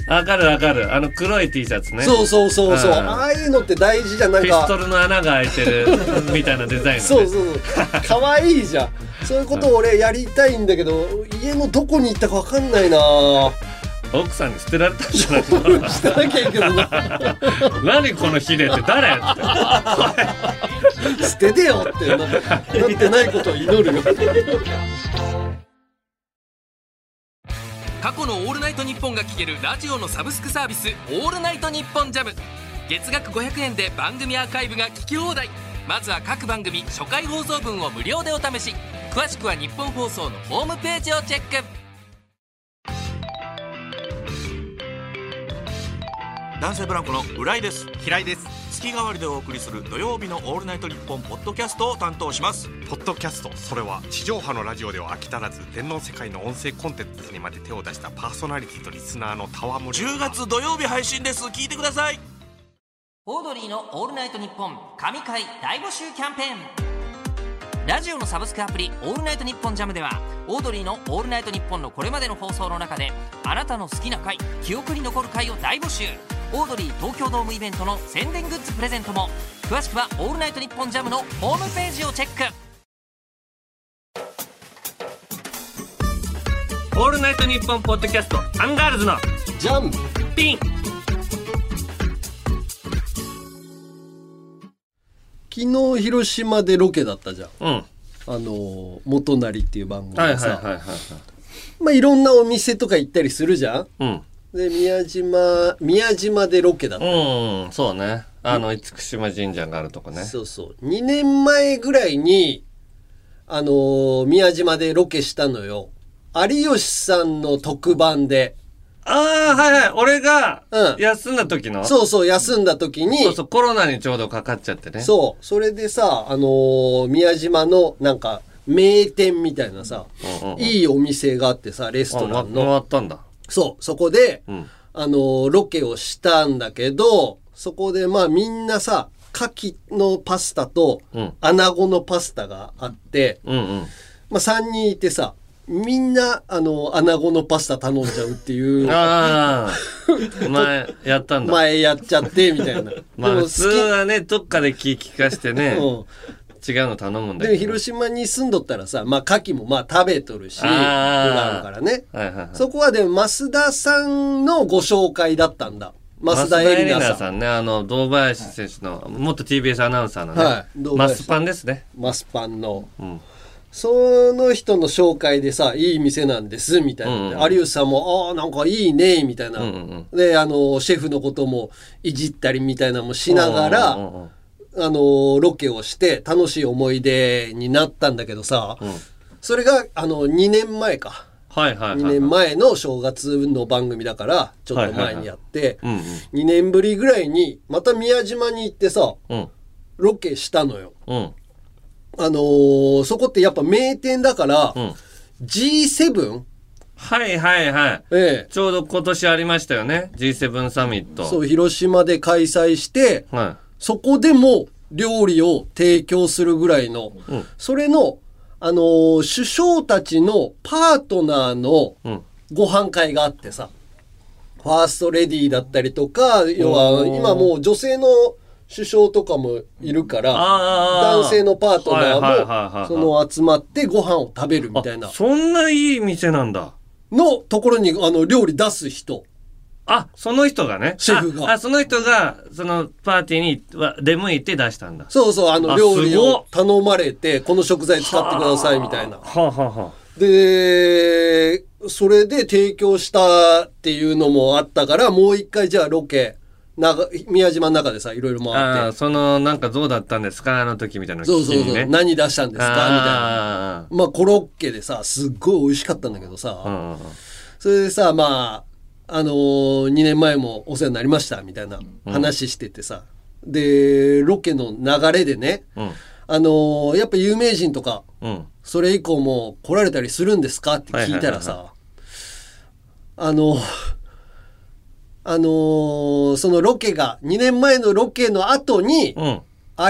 Speaker 2: わかるわかるあの黒い T シャツね
Speaker 3: そうそうそうそう
Speaker 2: うん
Speaker 3: ああいうのって大事じゃんなん
Speaker 2: ピスト
Speaker 3: か
Speaker 2: ルの穴が開いてるみたいなデザインのね
Speaker 3: そうそうそう可愛いじゃんそういうことを俺やりたいんだけど家のどこに行ったかわかんないな
Speaker 2: 奥さんに捨てられたんじゃない
Speaker 3: 処分してなきゃいいけどな
Speaker 2: 何このヒデって誰って
Speaker 3: 捨ててよってななってないことを祈 るよ
Speaker 4: 過去の「オールナイトニッポン」が聴けるラジオのサブスクサービス「オールナイトニッポンジャム月額500円で番組アーカイブが聞き放題まずは各番組初回放送分を無料でお試し詳しくは日本放送のホームページをチェック
Speaker 5: 男性ブランコの浦井です平井です月替わりでお送りする土曜日の「オールナイトニッポン」ポッドキャストを担当します
Speaker 6: ポッドキャストそれは地上波のラジオでは飽き足らず全能世界の音声コンテンツにまで手を出したパーソナリティとリスナーの戯れ
Speaker 5: 10月土曜日配信です聞いてください
Speaker 4: オードリーの「オールナイトニッポン」神回大募集キャンペーンラジオのサブスクアプリ「オールナイトニッポンジャムではオードリーの「オールナイトニッポン」のこれまでの放送の中であなたの好きな回記憶に残る回を大募集オードリー東京ドームイベントの宣伝グッズプレゼントも詳しくは「オールナイトニッポンジャムのホームページをチェック
Speaker 2: 「オールナイトニッポン」ポッドキャストアンガールズの
Speaker 3: ジャン
Speaker 2: ピン
Speaker 3: 昨日広島でロケだったじゃん
Speaker 2: うん
Speaker 3: あの元成っていう番組
Speaker 2: はい
Speaker 3: で
Speaker 2: はいはい
Speaker 3: さ
Speaker 2: はいはい
Speaker 3: まあいろんなお店とか行ったりするじゃん
Speaker 2: うん
Speaker 3: で宮島宮島でロケだった
Speaker 2: うんそうねあの厳島神社があるとこね
Speaker 3: そうそう。2年前ぐらいに、あのー宮島でロケしたのよ。有吉さんの特番で。
Speaker 2: ああはいはい俺が
Speaker 3: うん
Speaker 2: 休んだ時の、
Speaker 3: そうそう、休んだ時に、
Speaker 2: そうそうコロナにちょうどかかっちゃってね
Speaker 3: そうそれでさ、あのー宮島のなんか、名店みたいなさ、
Speaker 2: うんうんうん
Speaker 3: いいお店があってさ、レストラ
Speaker 2: あ
Speaker 3: ン
Speaker 2: ま
Speaker 3: の。
Speaker 2: 回ったんだ
Speaker 3: そう、そこで、
Speaker 2: ん
Speaker 3: あのーロケをしたんだけど、そこでまあみんなさ、牡蠣のパスタと
Speaker 2: うん、
Speaker 3: 穴子のパスタがあって、
Speaker 2: うんうん
Speaker 3: まあ、3人いてさみんなあの穴子のパスタ頼んじゃうって いう
Speaker 2: ああ前やったん だ
Speaker 3: 前やっちゃってみたいな
Speaker 2: まあ
Speaker 3: でも
Speaker 2: 普
Speaker 3: 好き
Speaker 2: 通はねどっかで聞きかしてね
Speaker 3: うん
Speaker 2: 違うの頼むんだけ
Speaker 3: でも
Speaker 2: ど
Speaker 3: 広島に住んどったらさまあ牡蠣もまあ食べとるし
Speaker 2: あー
Speaker 3: あるからね、
Speaker 2: はいはいはい
Speaker 3: そこはでも増田さんのご紹介だったんだ増田
Speaker 2: エ
Speaker 3: 絵
Speaker 2: リナ
Speaker 3: 里奈
Speaker 2: さ
Speaker 3: さん
Speaker 2: んね、あの、堂林選手の、元 TBS アナウンサーのね、
Speaker 3: はい堂
Speaker 2: マ
Speaker 3: 林
Speaker 2: スパンですね。
Speaker 3: マスパンの、
Speaker 2: ん
Speaker 3: その人の紹介でさいい店なんですみたいな、
Speaker 2: うんうん
Speaker 3: 有吉さんも「ああなんかいいね」みたいな、
Speaker 2: うんうん
Speaker 3: であのシェフのこともいじったりみたいなのもしながら、
Speaker 2: うんうんうん
Speaker 3: あのロケをして楽しい思い出になったんだけどさ、それがあの2年前か
Speaker 2: はいはいはい。
Speaker 3: 2年前の正月の番組だからちょっと前にやって
Speaker 2: はいはいはい
Speaker 3: 2年ぶりぐらいにまた宮島に行ってさ
Speaker 2: うん。
Speaker 3: ロケしたのよ。
Speaker 2: うん。
Speaker 3: あのーそこってやっぱ名店だから、
Speaker 2: ん
Speaker 3: G7?
Speaker 2: はいはいはい。
Speaker 3: ええ
Speaker 2: ちょうど今年ありましたよね。G7 サミット。
Speaker 3: そう広島で開催して、
Speaker 2: は
Speaker 3: そこでも料理を提供するぐらいの、それの、あのー首相たちのパートナーの
Speaker 2: ん
Speaker 3: ご飯会があってさ、ファーストレディーだったりとか、要は今もう女性の首相とかもいるから、
Speaker 2: あー
Speaker 3: 男性のパートナ
Speaker 2: はいはいはい
Speaker 3: ー
Speaker 2: は
Speaker 3: も
Speaker 2: い
Speaker 3: その集まってご飯を食べるみたい
Speaker 2: い。
Speaker 3: な
Speaker 2: そんないい店なんだ。
Speaker 3: のところにあの料理出す人。
Speaker 2: あ、その人がね。
Speaker 3: シェフが
Speaker 2: あ、あその人が、そのパーティーには出向いて出したんだ。
Speaker 3: そうそう、あの
Speaker 2: あ
Speaker 3: 料理
Speaker 2: すごっ
Speaker 3: を頼まれて、この食材使ってくださいみたいな。
Speaker 2: はあ、はあは
Speaker 3: で、それで提供したっていうのもあったから、もう一回じゃあロケ、なが宮島の中でさ、いろいろ
Speaker 2: あ、あ
Speaker 3: 回
Speaker 2: あ
Speaker 3: って、
Speaker 2: その、なんかどうだったんですかあの時みたいなの
Speaker 3: そう
Speaker 2: 聞き
Speaker 3: そう
Speaker 2: に
Speaker 3: そう、
Speaker 2: ね。
Speaker 3: 何出したんですかみたいな。
Speaker 2: あ
Speaker 3: まあコロッケでさ、すっごい美味しかったんだけどさ、
Speaker 2: あうんうんうん。
Speaker 3: それでさ、まあ、あのー、2年前もお世話になりました、みたいな話しててさ、で、ロケの流れでね、
Speaker 2: ん
Speaker 3: あのーやっぱ有名人とか、
Speaker 2: うん。
Speaker 3: それ以降も来られたりするんですかって聞いたら
Speaker 2: はい
Speaker 3: さ、あの、あのーそのロケが、2年前のロケの後に、
Speaker 2: うん。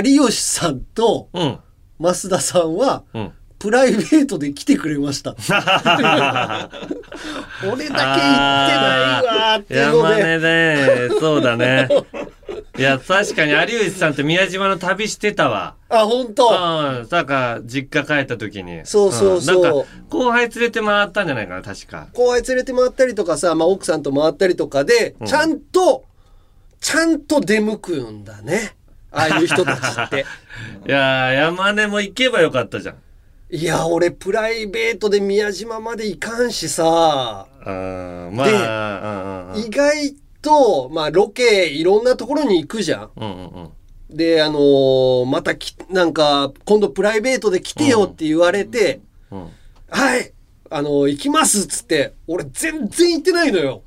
Speaker 3: 有吉さんと
Speaker 2: うん。
Speaker 3: 増田さんは、
Speaker 2: ん
Speaker 3: プライベートで 来てくれました。俺だけ行ってないわーっ語
Speaker 2: 山
Speaker 3: で
Speaker 2: 根ねそうだ ねいや確かに有吉さんって宮島の旅してたわ
Speaker 3: あ本当
Speaker 2: うんなんか実家帰った時に
Speaker 3: そうそうそうん
Speaker 2: なんか後輩連れて回ったんじゃないかな確か
Speaker 3: 後輩連れて回ったりとかさ、まあ、奥さんと回ったりとかでちゃんと、ちゃんと出向くんだねああいう人たち って
Speaker 2: いやー山根も行けばよかったじゃん
Speaker 3: いや俺プライベートで宮島まで行かんしさ
Speaker 2: うんまあ
Speaker 3: 意外と、まあ、ロケいろんなところに行くじゃん
Speaker 2: うんうんうんうん
Speaker 3: で、あのーまたき、なんか、今度プライベートで来てよって言われて、
Speaker 2: うんうん
Speaker 3: はい、あのー行きますっつって、俺全然行ってないのよ。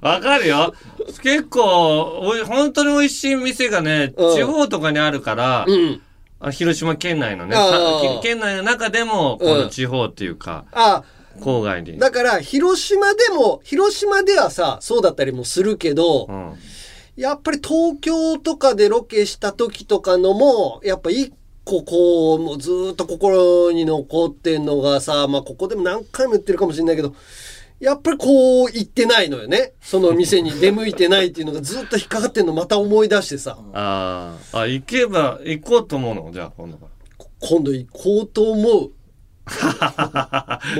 Speaker 2: わかるよ。結構、おい本当に美味しい店がね、
Speaker 3: うん
Speaker 2: 地方とかにあるから、
Speaker 3: うん。
Speaker 2: あ広島県内のね、
Speaker 3: あー
Speaker 2: さ県内の中でも、この地方っていうか、
Speaker 3: あ、
Speaker 2: 郊外に。
Speaker 3: だから、広島でも、広島ではさ、そうだったりもするけど、
Speaker 2: うん。
Speaker 3: やっぱり東京とかでロケした時とかのも、やっぱ一個こう、もうずーっと心に残ってんのがさ、まあここでも何回も言ってるかもしれないけど、やっぱりこう行ってないのよね。その店に出向いてないっていうのがずっと引っかかってんのまた思い出してさ、
Speaker 2: あーあ、行けば、行こうと思うのじゃあ、今度から。
Speaker 3: 今度行こうと思う。も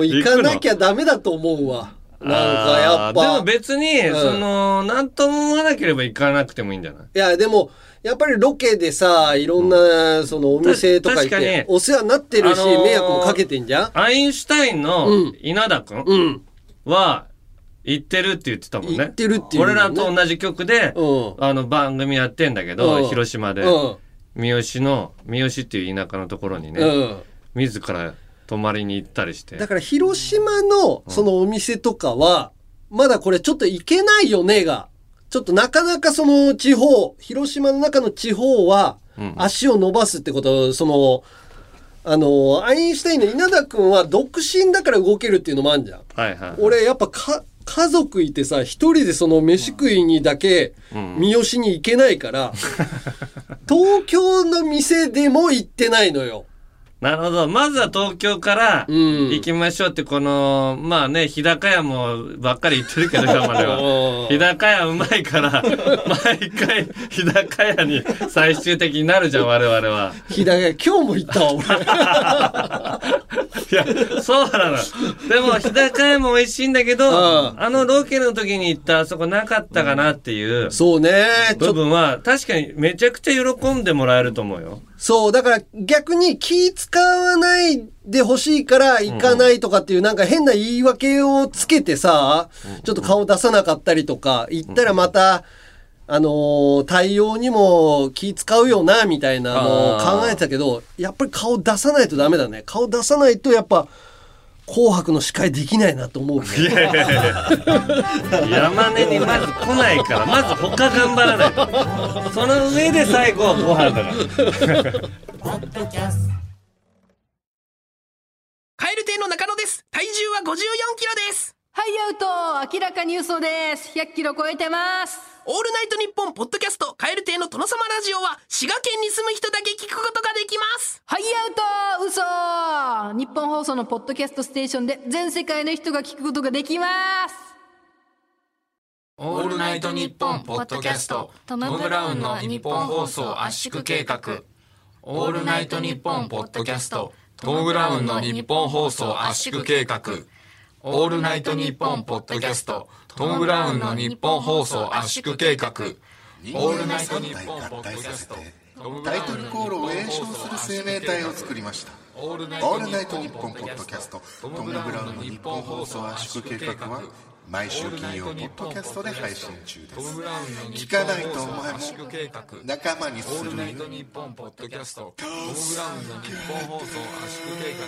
Speaker 3: う行かなきゃダメだと思うわ。なんかやっ
Speaker 2: あーで
Speaker 3: ぱ。
Speaker 2: も別に、
Speaker 3: ん
Speaker 2: その、なんとも思わなければ行かなくてもいいんじゃない
Speaker 3: いや、でも、やっぱりロケでさ、いろんな、そのお店とか行っ
Speaker 2: 確かに
Speaker 3: て、お世話になってるし、
Speaker 2: あのー
Speaker 3: 迷惑もかけてんじゃん
Speaker 2: アインシュタイン
Speaker 3: う
Speaker 2: の
Speaker 3: ん
Speaker 2: 稲田くん
Speaker 3: うん。
Speaker 2: は、行ってるって言ってたもんね。
Speaker 3: 行ってるっていうの
Speaker 2: 俺
Speaker 3: ね
Speaker 2: らと同じ曲で、
Speaker 3: うん
Speaker 2: あの番組やってんだけど、
Speaker 3: うん
Speaker 2: 広島で、
Speaker 3: うん。
Speaker 2: 三好の、三好っていう田舎のところにね、
Speaker 3: うん。
Speaker 2: 自ら泊まりに行ったりして。
Speaker 3: だから、広島の、そのお店とかは、まだこれちょっと行けないよねが、ちょっとなかなかその地方、広島の中の地方は、足を伸ばすってこと、その、あの、アインシュタインの稲田くんは独身だから動けるっていうのもあるじゃん。
Speaker 2: はいはい。
Speaker 3: 俺やっぱか家族いてさ一人でその飯食いにだけ三好に行けないから、東京の店でも行ってないのよ。
Speaker 2: なるほど。まずは東京から
Speaker 3: ん
Speaker 2: 行きましょうって、この、まあね、日高屋もばっかり行ってるけど、今まで は。日高屋うまいから、毎回日高屋に最終的になるじゃん、我々は。
Speaker 3: 日高屋今日も行ったわ俺。
Speaker 2: いや、そうなの。でも、日高屋も美味しいんだけど、
Speaker 3: ん
Speaker 2: あのロケの時に行ったあそこなかったかなっていう
Speaker 3: そうねちょ
Speaker 2: 部分は、確かにめちゃくちゃ喜んでもらえると思うよ。
Speaker 3: そうだから逆に気使わないでほしいから行かないとかっていうなんか変な言い訳をつけてさちょっと顔出さなかったりとか行ったらまた。あのー対応にも気使うよなみたいなのを考えてたけどやっぱり顔出さないとダメだね顔出さないとやっぱ「紅白」の司会できないなと思うね
Speaker 2: 山根にまず来ないから、まず他頑張らないと。その上で最後はご飯だから。
Speaker 7: カエル亭の中野です。体重は54キロです。
Speaker 8: ハイアウト明らかに嘘です。100キロ超えてます。
Speaker 7: オールナイトニッポンポッドキャスト、カエル亭の殿様ラジオは、滋賀県に住む人だけ聞くことができます。
Speaker 8: ハイアウト嘘日本放送のポッドキャストステーションで全世界の人が聞くことができます。
Speaker 9: オールナイトニッポンポッドキャストトム・ブラウンの日本放送圧縮計画オールナイトニッポンポッドキャストトム・ブラウンの日本放送圧縮計画オールナイトニッポンポッドキャストトム・ブラウンの日本放送圧縮計画オールナイトニッポンポッドキャスト
Speaker 10: タイトルコールを演唱する生命体を作りました
Speaker 9: オール
Speaker 10: オールナイトニッポンポッドキャストトム・ブラウンの日本放送圧縮計画は毎週金曜ポッドキャストで配信中で
Speaker 9: トム・
Speaker 10: す
Speaker 9: ブラウンの日
Speaker 10: 聞か
Speaker 9: 本
Speaker 10: ないと
Speaker 9: 放
Speaker 10: お前
Speaker 9: 送
Speaker 10: も
Speaker 9: 圧縮計画
Speaker 10: 仲間に
Speaker 9: オ
Speaker 10: す
Speaker 9: ー
Speaker 10: る
Speaker 9: ルナイト
Speaker 10: よ
Speaker 9: ニッポンポッドキャストトム・ブラウンの日本放送圧縮計画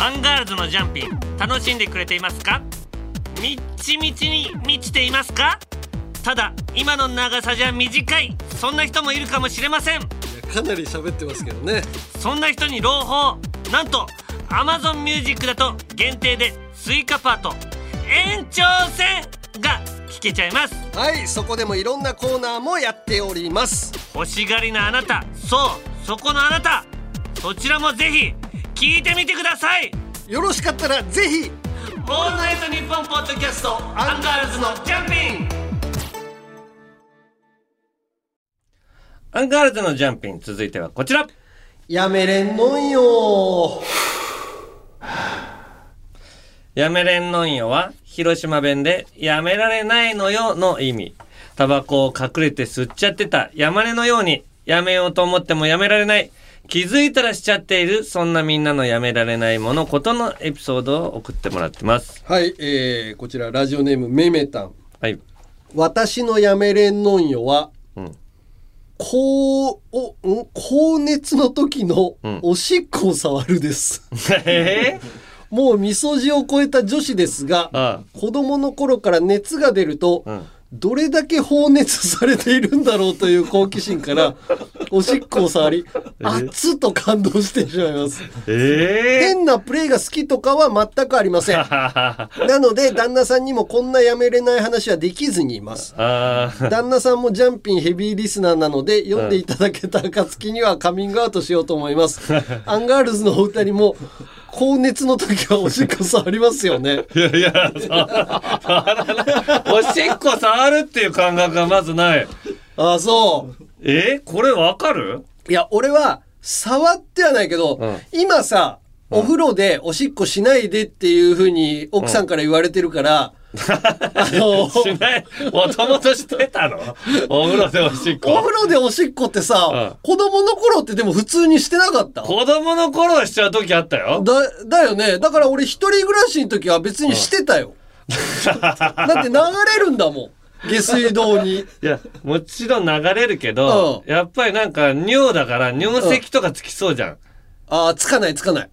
Speaker 11: アンガールズのジャンピン楽しんでくれていますかみっちみちに満ちていますかただ今の長さじゃ短いそんな人もいるかもしれません
Speaker 3: かなり喋ってますけどね
Speaker 11: そんな人に朗報なんと Amazon ミュージックだと限定でスイカパート延長戦が聞けちゃいます
Speaker 3: はいそこでもいろんなコーナーもやっております
Speaker 11: 欲しがりなあなたそうそこのあなたそちらもぜひ聞いてみてください
Speaker 3: よろしかったらぜひ
Speaker 11: オールナイトニッポンポッドキャストアンガールズのジャンピン
Speaker 2: アンガールズのジャンピン続いてはこちら
Speaker 3: やめれんのんよ
Speaker 2: やめれんのんよは広島弁でやめられないのよの意味タバコを隠れて吸っちゃってた山根のようにやめようと思ってもやめられない気づいたらしちゃっているそんなみんなのやめられないものことのエピソードを送ってもらってます
Speaker 3: はい、えー、こちらラジオネームめめたん
Speaker 2: はい
Speaker 3: 私のやめれんのんよは、高おん高熱の時のおしっこを触るです、もうみそじを超えた女子ですが子供の頃から熱が出ると、どれだけ放熱されているんだろうという好奇心からおしっこを触り熱っと感動してしまいます、変なプレーが好きとかは全くありませんなので旦那さんにもこんなやめれない話はできずにいます
Speaker 2: あ ー
Speaker 3: 旦那さんもジャンピンヘビーリスナーなので読んでいただけた暁にはカミングアウトしようと思 います。アンガールズのお二人も高熱の時はおしっこ触りますよね。
Speaker 2: いやいや、おしっこ触るっていう感覚がまずない。
Speaker 3: あそう。
Speaker 2: えこれわかる
Speaker 3: いや俺は触ってはないけど、今さお風呂でおしっこしないでっていう風に奥さんから言われて るから、
Speaker 2: しない、もともとしてた のお風呂でおしっ
Speaker 3: お
Speaker 2: こ。
Speaker 3: 風呂でおしっこってさ、子供の頃ってでも普通にしてなかった
Speaker 2: 子供の頃はしちゃう時あったよ。
Speaker 3: だ、だよね。だから俺一人暮らしの時は別にして たよ。だって流れるんだもん。下水道に。
Speaker 2: いや、もちろん流れるけど、やっぱりなんか尿だから尿石とかつきそうじゃん。
Speaker 3: ああ、つかないつかない。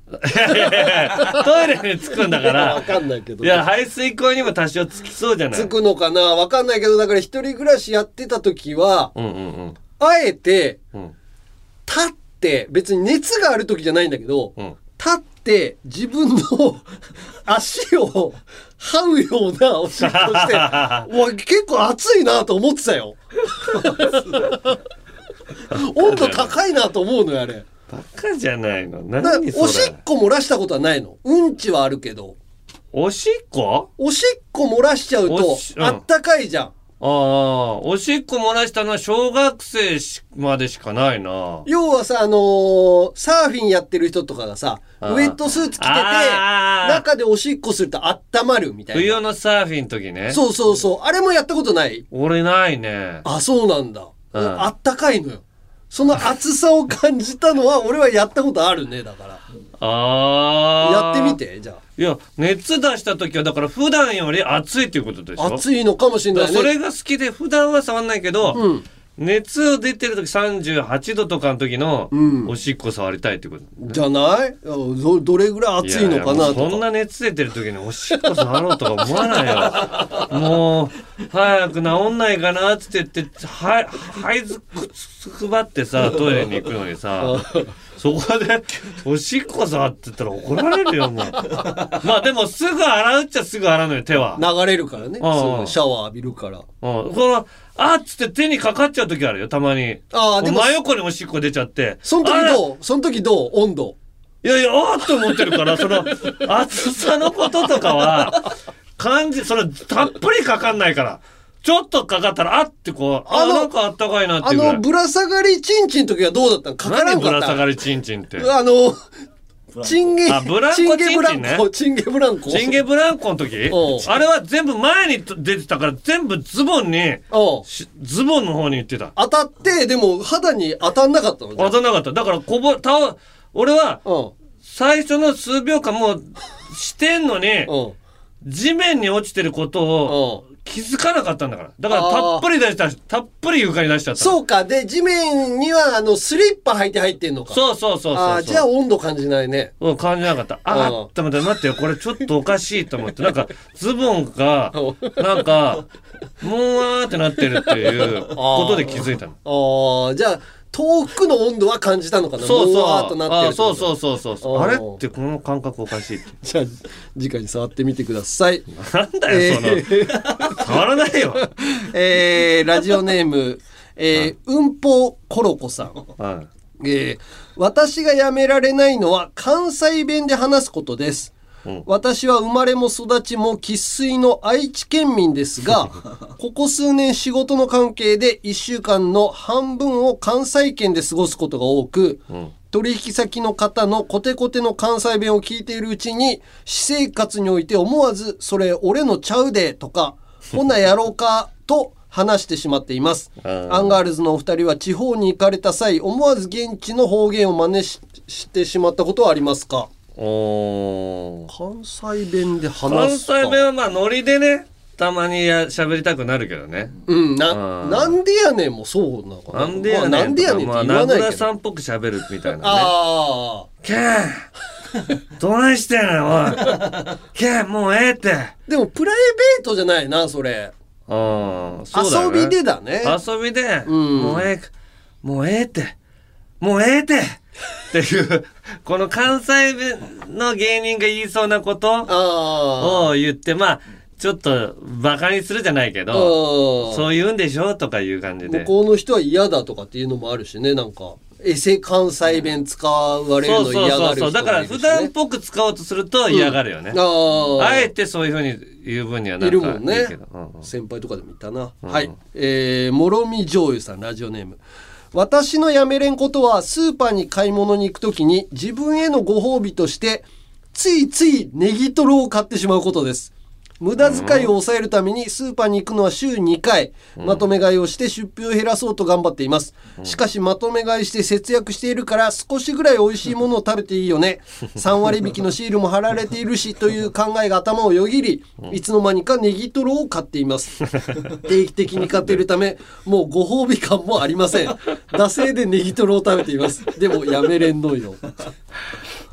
Speaker 2: トイレにつくんだから
Speaker 3: わ。かんないけど。
Speaker 2: いや、排水口にも多少つきそうじゃない
Speaker 3: つくのかなわかんないけど、だから一人暮らしやってた時は、
Speaker 2: うんうんうん。
Speaker 3: あえて、
Speaker 2: うん
Speaker 3: 立って、別に熱がある時じゃないんだけど、立って自分の 足を這うようなおし っこして、うわ結構熱いなと思ってたよ。温度高いなと思うのよ、あれ。
Speaker 2: バカじゃないの。
Speaker 3: だから
Speaker 2: 何それ
Speaker 3: おしっこ漏らしたことはないの。うんちはあるけど。
Speaker 2: おしっこ
Speaker 3: おしっこ漏らしちゃう
Speaker 2: お
Speaker 3: と
Speaker 2: し、うん
Speaker 3: あったかいじゃん。
Speaker 2: ああ、おしっこ漏らしたのは小学生しまでしかないな。
Speaker 3: 要はさ、あのーサーフィンやってる人とかがさ、ウ
Speaker 2: あー
Speaker 3: ェットスーツ着てて、中でおしっこすると温まるみたい
Speaker 2: 冬のサーフィンの時ね。
Speaker 3: な。そうそうそう。あれもやったことない
Speaker 2: 俺ないね。
Speaker 3: あ、そうなんだ。
Speaker 2: うん
Speaker 3: あったかいのよ。その暑さを感じたのは、俺はやったことあるね、だから。や
Speaker 2: ああ。
Speaker 3: ってみ。て、じゃ
Speaker 2: いや、熱出した時は、だから普段より暑いっていうことでし
Speaker 3: あ。
Speaker 2: ょ
Speaker 3: 暑いのかもしれ
Speaker 2: だ
Speaker 3: な
Speaker 2: から
Speaker 3: いね。
Speaker 2: それが好きで、普段は触んないけど、
Speaker 3: うん
Speaker 2: 熱出てる時38度とかの時の、おしっこ触りたいってこと。
Speaker 3: じゃないあどどれぐらい暑いのかな
Speaker 2: や
Speaker 3: と
Speaker 2: やもうそんな熱出てる時におしっこ触ろうとか思わないよもう早く治んないかなっつって言ってははいずくつくばって さトイレに行くのにさそこでおしっこ触ってたら怒られるよもうまあでもすぐ洗うっちゃすぐ洗うのよ手は、
Speaker 3: 流れるからね。
Speaker 2: ああ
Speaker 3: すぐシャワー浴びるか
Speaker 2: う
Speaker 3: ら。
Speaker 2: ん、このあっつって手にかかっちゃう時あるよたまに
Speaker 3: ああでも
Speaker 2: 真横におしっこ出ちゃって
Speaker 3: その
Speaker 2: あ
Speaker 3: 時
Speaker 2: ら
Speaker 3: どうその時どう温度。
Speaker 2: いやいや、あーっと思ってるから、その、暑さのこととかは、感じ、それ、たっぷりかかんないから、ちょっとかかったら、あってこう、あ
Speaker 3: あの
Speaker 2: なんかあったかいなって
Speaker 3: あ
Speaker 2: いうぐらい。
Speaker 3: の、ぶら下がりチンチンの時はどうだったのかから
Speaker 2: 何
Speaker 3: ん
Speaker 2: ぶ
Speaker 3: からった
Speaker 2: 下がりチンチンって。
Speaker 3: あの、チンゲ、
Speaker 2: あブランコ
Speaker 3: チンゲブラ
Speaker 2: チンチン
Speaker 3: ン
Speaker 2: ね
Speaker 3: コ、チンゲブランコ。
Speaker 2: チンゲブランコの時
Speaker 3: おう
Speaker 2: あれは全部前に出てたから、全部ズボンに、
Speaker 3: おう
Speaker 2: しズボンの方に行ってた。
Speaker 3: 当たって、でも肌に当たんなかったのじゃあ
Speaker 2: 当たんなかった。だから、こぼ、倒、俺は、最初の数秒間もう、してんのに、地面に落ちてることを気づかなかったんだから。だから、
Speaker 3: あー
Speaker 2: たっぷり出した、たっぷり床に出しちゃった。
Speaker 3: そうか。で、地面には、あの、スリッパ履いて入ってんのか。
Speaker 2: そうそうそうそうそう
Speaker 3: あーじゃあ温度感じないね。
Speaker 2: うん、感じなかった。あ
Speaker 3: うん
Speaker 2: ー、でも待って待ってよ、これちょっとおかしいと思って、なん か、ズボンが、なんか、もうわーってなってるっていうことで気づいたの。
Speaker 3: ああ、じゃあ、遠くの温度は感じたのかな。
Speaker 2: そう
Speaker 3: も
Speaker 2: そう。
Speaker 3: わーっとなってる
Speaker 2: あーそう
Speaker 3: う。
Speaker 2: そうそうそうそう。
Speaker 3: あー
Speaker 2: あれってこの感覚おかしいって。
Speaker 3: じゃあ、次回に触ってみてくだ さい。
Speaker 2: なんだよ、その。 触らないよ。
Speaker 3: えーラジオネーム、えー、うんぽうころこさん。
Speaker 2: はい。
Speaker 3: えー私がやめられないのは関西弁で話すことです。私は生まれも育ちも生粋の愛知県民ですがここ数年仕事の関係で1週間の半分を関西圏で過ごすことが多く、取引先の方のコテコテの関西弁を聞いているうちに私生活において思わず「それ俺のちゃうで」とか 「ほなやろうか」と話してしまっていますアンガールズのお二人は地方に行かれた際思わず現地の方言を真似ししてしまったことはありますか関西弁で
Speaker 2: 関
Speaker 3: 話すか
Speaker 2: 西弁はまあノリでねたまにや喋りたくなるけどね
Speaker 3: うんななんでやねんもそうなのか
Speaker 2: な
Speaker 3: なん
Speaker 2: でやねん
Speaker 3: まあなんでやねんって言
Speaker 2: ま
Speaker 3: わな
Speaker 2: あ
Speaker 3: い
Speaker 2: 名
Speaker 3: け
Speaker 2: 倉
Speaker 3: ど
Speaker 2: さんっぽく喋るみたいなね
Speaker 3: ああ
Speaker 2: けーどないしてんのお いけーもうええって
Speaker 3: でもプライベートじゃないなそ
Speaker 2: あ
Speaker 3: れ
Speaker 2: あそうだよね
Speaker 3: 遊びでだね
Speaker 2: 遊びで、もうええかもうええってもうええってっていうこの関西弁の芸人が言いそうなことを言ってまあちょっとバカにするじゃないけ
Speaker 3: う
Speaker 2: ど
Speaker 3: ん
Speaker 2: そう言うんでしょとかいう感じで
Speaker 3: 向こうの人は嫌だとかっていうのもあるしねなんかエセ関西弁使われるの嫌がる人もいるし、ね、
Speaker 2: だから普段っぽく使おうとすると嫌がるよね、
Speaker 3: うんああ
Speaker 2: えてそういうふうに言う分にはなん
Speaker 3: い
Speaker 2: か
Speaker 3: るもんね
Speaker 2: いいけど
Speaker 3: 先輩とかでもいたな、はい、えー、もろみ醤油さんラジオネーム私のやめれんことはスーパーに買い物に行くときに自分へのご褒美としてついついネギトロを買ってしまうことです無駄遣いを抑えるためにスーパーに行くのは週2回まとめ買いをして出費を減らそうと頑張っていますしかしまとめ買いして節約しているから少しぐらい美味しいものを食べていいよね3割引きのシールも貼られているしという考えが頭をよぎりいつの間にかネギトロを買っています定期的に買っているためもうご褒美感もありません惰性でネギトロを食べていますでもやめれんのよ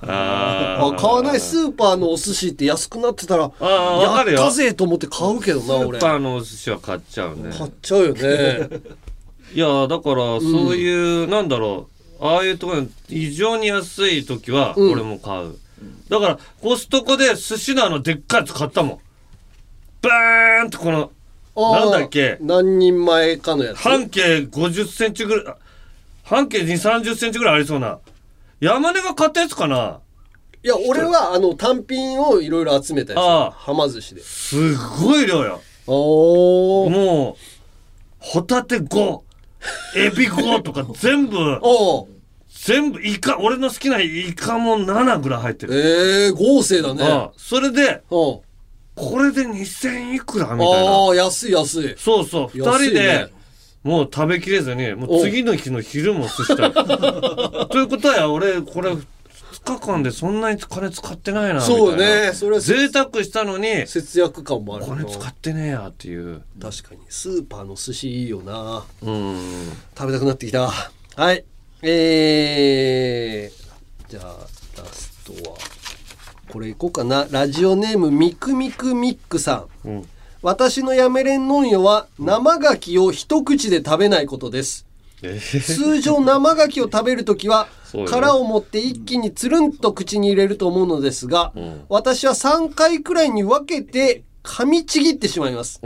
Speaker 2: あ
Speaker 3: あ買わないスーパーのお寿司って安くなってたら
Speaker 2: あわ
Speaker 3: や
Speaker 2: かる
Speaker 3: っ
Speaker 2: よ
Speaker 3: たぜと思って買うけど
Speaker 2: ス
Speaker 3: な俺
Speaker 2: ーパーのお寿司は買っちゃうね
Speaker 3: 買っちゃうよね
Speaker 2: いやだからそういう、なんだろうああいうところに異常に安い時は
Speaker 3: うん
Speaker 2: 俺も買う、だからコストコで寿司のあのでっかいやつ買ったもんバーンとこの
Speaker 3: あー
Speaker 2: なんだっけ
Speaker 3: 何人前かのやつ
Speaker 2: 半径50センチぐらい、半径2、30センチぐらいありそうな。山根が買ったやつかない
Speaker 3: や俺はあの単品をいろいろ集めたやつ
Speaker 2: ああ
Speaker 3: はま寿司です
Speaker 2: ごい量よ。
Speaker 3: お
Speaker 2: もう、ホタテ5、エビ5とか全部、全部イカ、俺の好きなイカも7ぐらい入ってる。
Speaker 3: ええ豪勢だね
Speaker 2: ああそれで、
Speaker 3: こ
Speaker 2: れで2000いくらみたいな。
Speaker 3: ああ安い安い
Speaker 2: そうそう二
Speaker 3: 安
Speaker 2: 人
Speaker 3: いね
Speaker 2: で、もう食べきれずに、もう次の日の昼も寿司食べ た。ということは、俺、これ、2日間でそんなに金使ってないな。
Speaker 3: そうね
Speaker 2: みたいな
Speaker 3: それは
Speaker 2: 贅沢したのに、
Speaker 3: 節約感もある
Speaker 2: お金使ってねえやっていう。
Speaker 3: 確かに。スーパーの寿司いいよな
Speaker 2: うん。
Speaker 3: 食べたくなってきたはいえー、じゃあラストはこれいこうかなラジオネームみくみくみっくさん、私のやめれんのんよは生牡蠣を一口で食べないことです通常生牡蠣を食べるときは
Speaker 12: そうよ
Speaker 3: 殻を持って一気につるんと口に入れると思うのですが、私は3回くらいに分けて噛みちぎってしまいます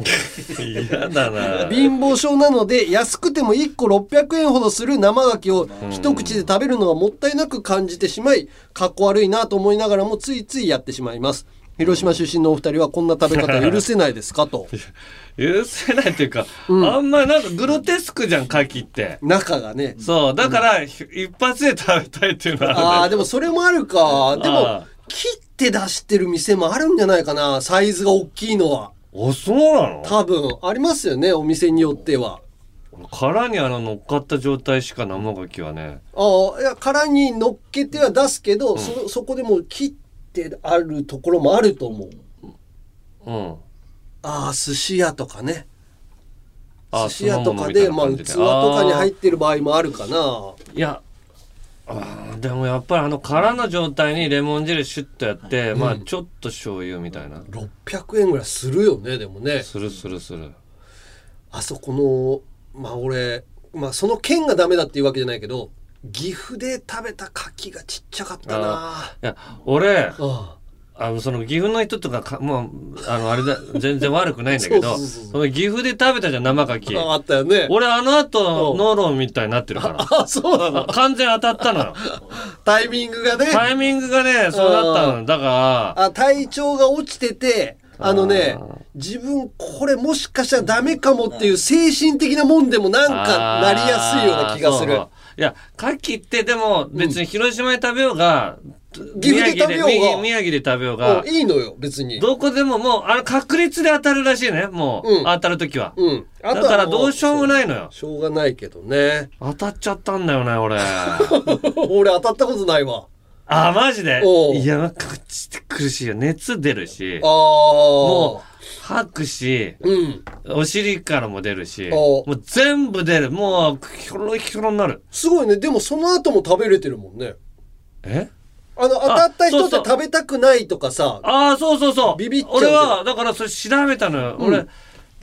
Speaker 2: 嫌だな。
Speaker 3: 貧乏症なので安くても1個600円ほどする生牡蠣を一口で食べるのはもったいなく感じてしまいかっこ悪いなと思いながらもついついやってしまいます広島出身のお二人はこんな食べ方許せないですか と
Speaker 2: 許せないっていうか、あんまなんかグロテスクじゃん、牡蠣って。
Speaker 3: 中がね
Speaker 2: そう、だから、ひ一発で食べたいっていうの は
Speaker 3: あ
Speaker 2: あ
Speaker 3: あ
Speaker 2: る
Speaker 3: で
Speaker 2: ね。
Speaker 3: もそれもあるかで
Speaker 2: あ
Speaker 3: も
Speaker 2: あ
Speaker 3: 切って出してる店もあるんじゃないかなサイズが大きいのは
Speaker 2: あ、そうなの
Speaker 3: 多分ありますよねお店によっては
Speaker 2: 殻にあの乗っかった状態しか生牡蠣はね。
Speaker 3: ああいや殻に乗っけては出すけど、そそこでもう切ってあるところもあると思う
Speaker 2: うん。
Speaker 3: ああ寿司屋とかね
Speaker 2: あ
Speaker 3: 寿司屋とか
Speaker 2: そ
Speaker 3: で
Speaker 2: の
Speaker 3: ま
Speaker 2: ま
Speaker 3: あ
Speaker 2: んまみ
Speaker 3: 器
Speaker 2: たいな感じ
Speaker 3: と
Speaker 2: で
Speaker 3: かに入ってる場合もあるかない
Speaker 2: やあーでもやっぱりあの殻の状態にレモン汁シュッとやって、まあちょっと醤油みたいな
Speaker 3: 600円ぐらいするよねでもね
Speaker 2: するするする
Speaker 3: あそこのまあ俺まあその県がダメだっていうわけじゃないけど岐阜で食べた牡蠣がちっちゃかったな
Speaker 2: あーいや俺ああのその岐阜の人とかかもうあのあれ だ全然悪くないんだけど
Speaker 3: そう
Speaker 2: そ
Speaker 3: そうそう
Speaker 2: の岐阜で食べたじゃん生牡
Speaker 3: ああ
Speaker 2: 蠣
Speaker 3: ったよね。
Speaker 2: 俺あの後ノーロンみたいになってるから
Speaker 3: あ、そうなの
Speaker 2: 完全当たったのよ
Speaker 3: タイミングがね。
Speaker 2: タイミングがねそうだったのよだから
Speaker 3: あ、体調が落ちてて、あのね、自分これもしかしたらダメかもっていう精神的なもんでもなんかなりやすいような気がす
Speaker 2: あーそ
Speaker 3: る
Speaker 2: う。そういや牡蠣ってでも別に広島で食べようが、
Speaker 3: 岐阜で食べようが
Speaker 2: 宮城で宮城で食べようが
Speaker 3: うんいいのよ、別に。
Speaker 2: どこでももうあの確率で当たるらしいねもう、
Speaker 3: うん
Speaker 2: 当たる時は、
Speaker 3: うん。あと
Speaker 2: だから
Speaker 3: はも
Speaker 2: ど
Speaker 3: う
Speaker 2: うしようもないのよ
Speaker 3: しょうがないけどね。
Speaker 2: 当たっちゃったんだよね俺
Speaker 3: 俺当たったことないわ。
Speaker 2: あマジで
Speaker 3: おう
Speaker 2: いやこっちって苦しいよ熱出るし
Speaker 3: ああ
Speaker 2: も。う吐くし
Speaker 3: うん。
Speaker 2: お尻からも出るし
Speaker 3: お
Speaker 2: もう全部出るもうヒョロヒョロになる
Speaker 3: すごいね。でもその後も食べれてるもんね。
Speaker 2: え
Speaker 3: あの、当たった人って
Speaker 2: そうそう
Speaker 3: 食べたくないとかさ。
Speaker 2: ああそうそうそう
Speaker 3: ビビっちゃうけ
Speaker 2: 俺
Speaker 3: ど
Speaker 2: はだからそれ調べたのよ、俺牡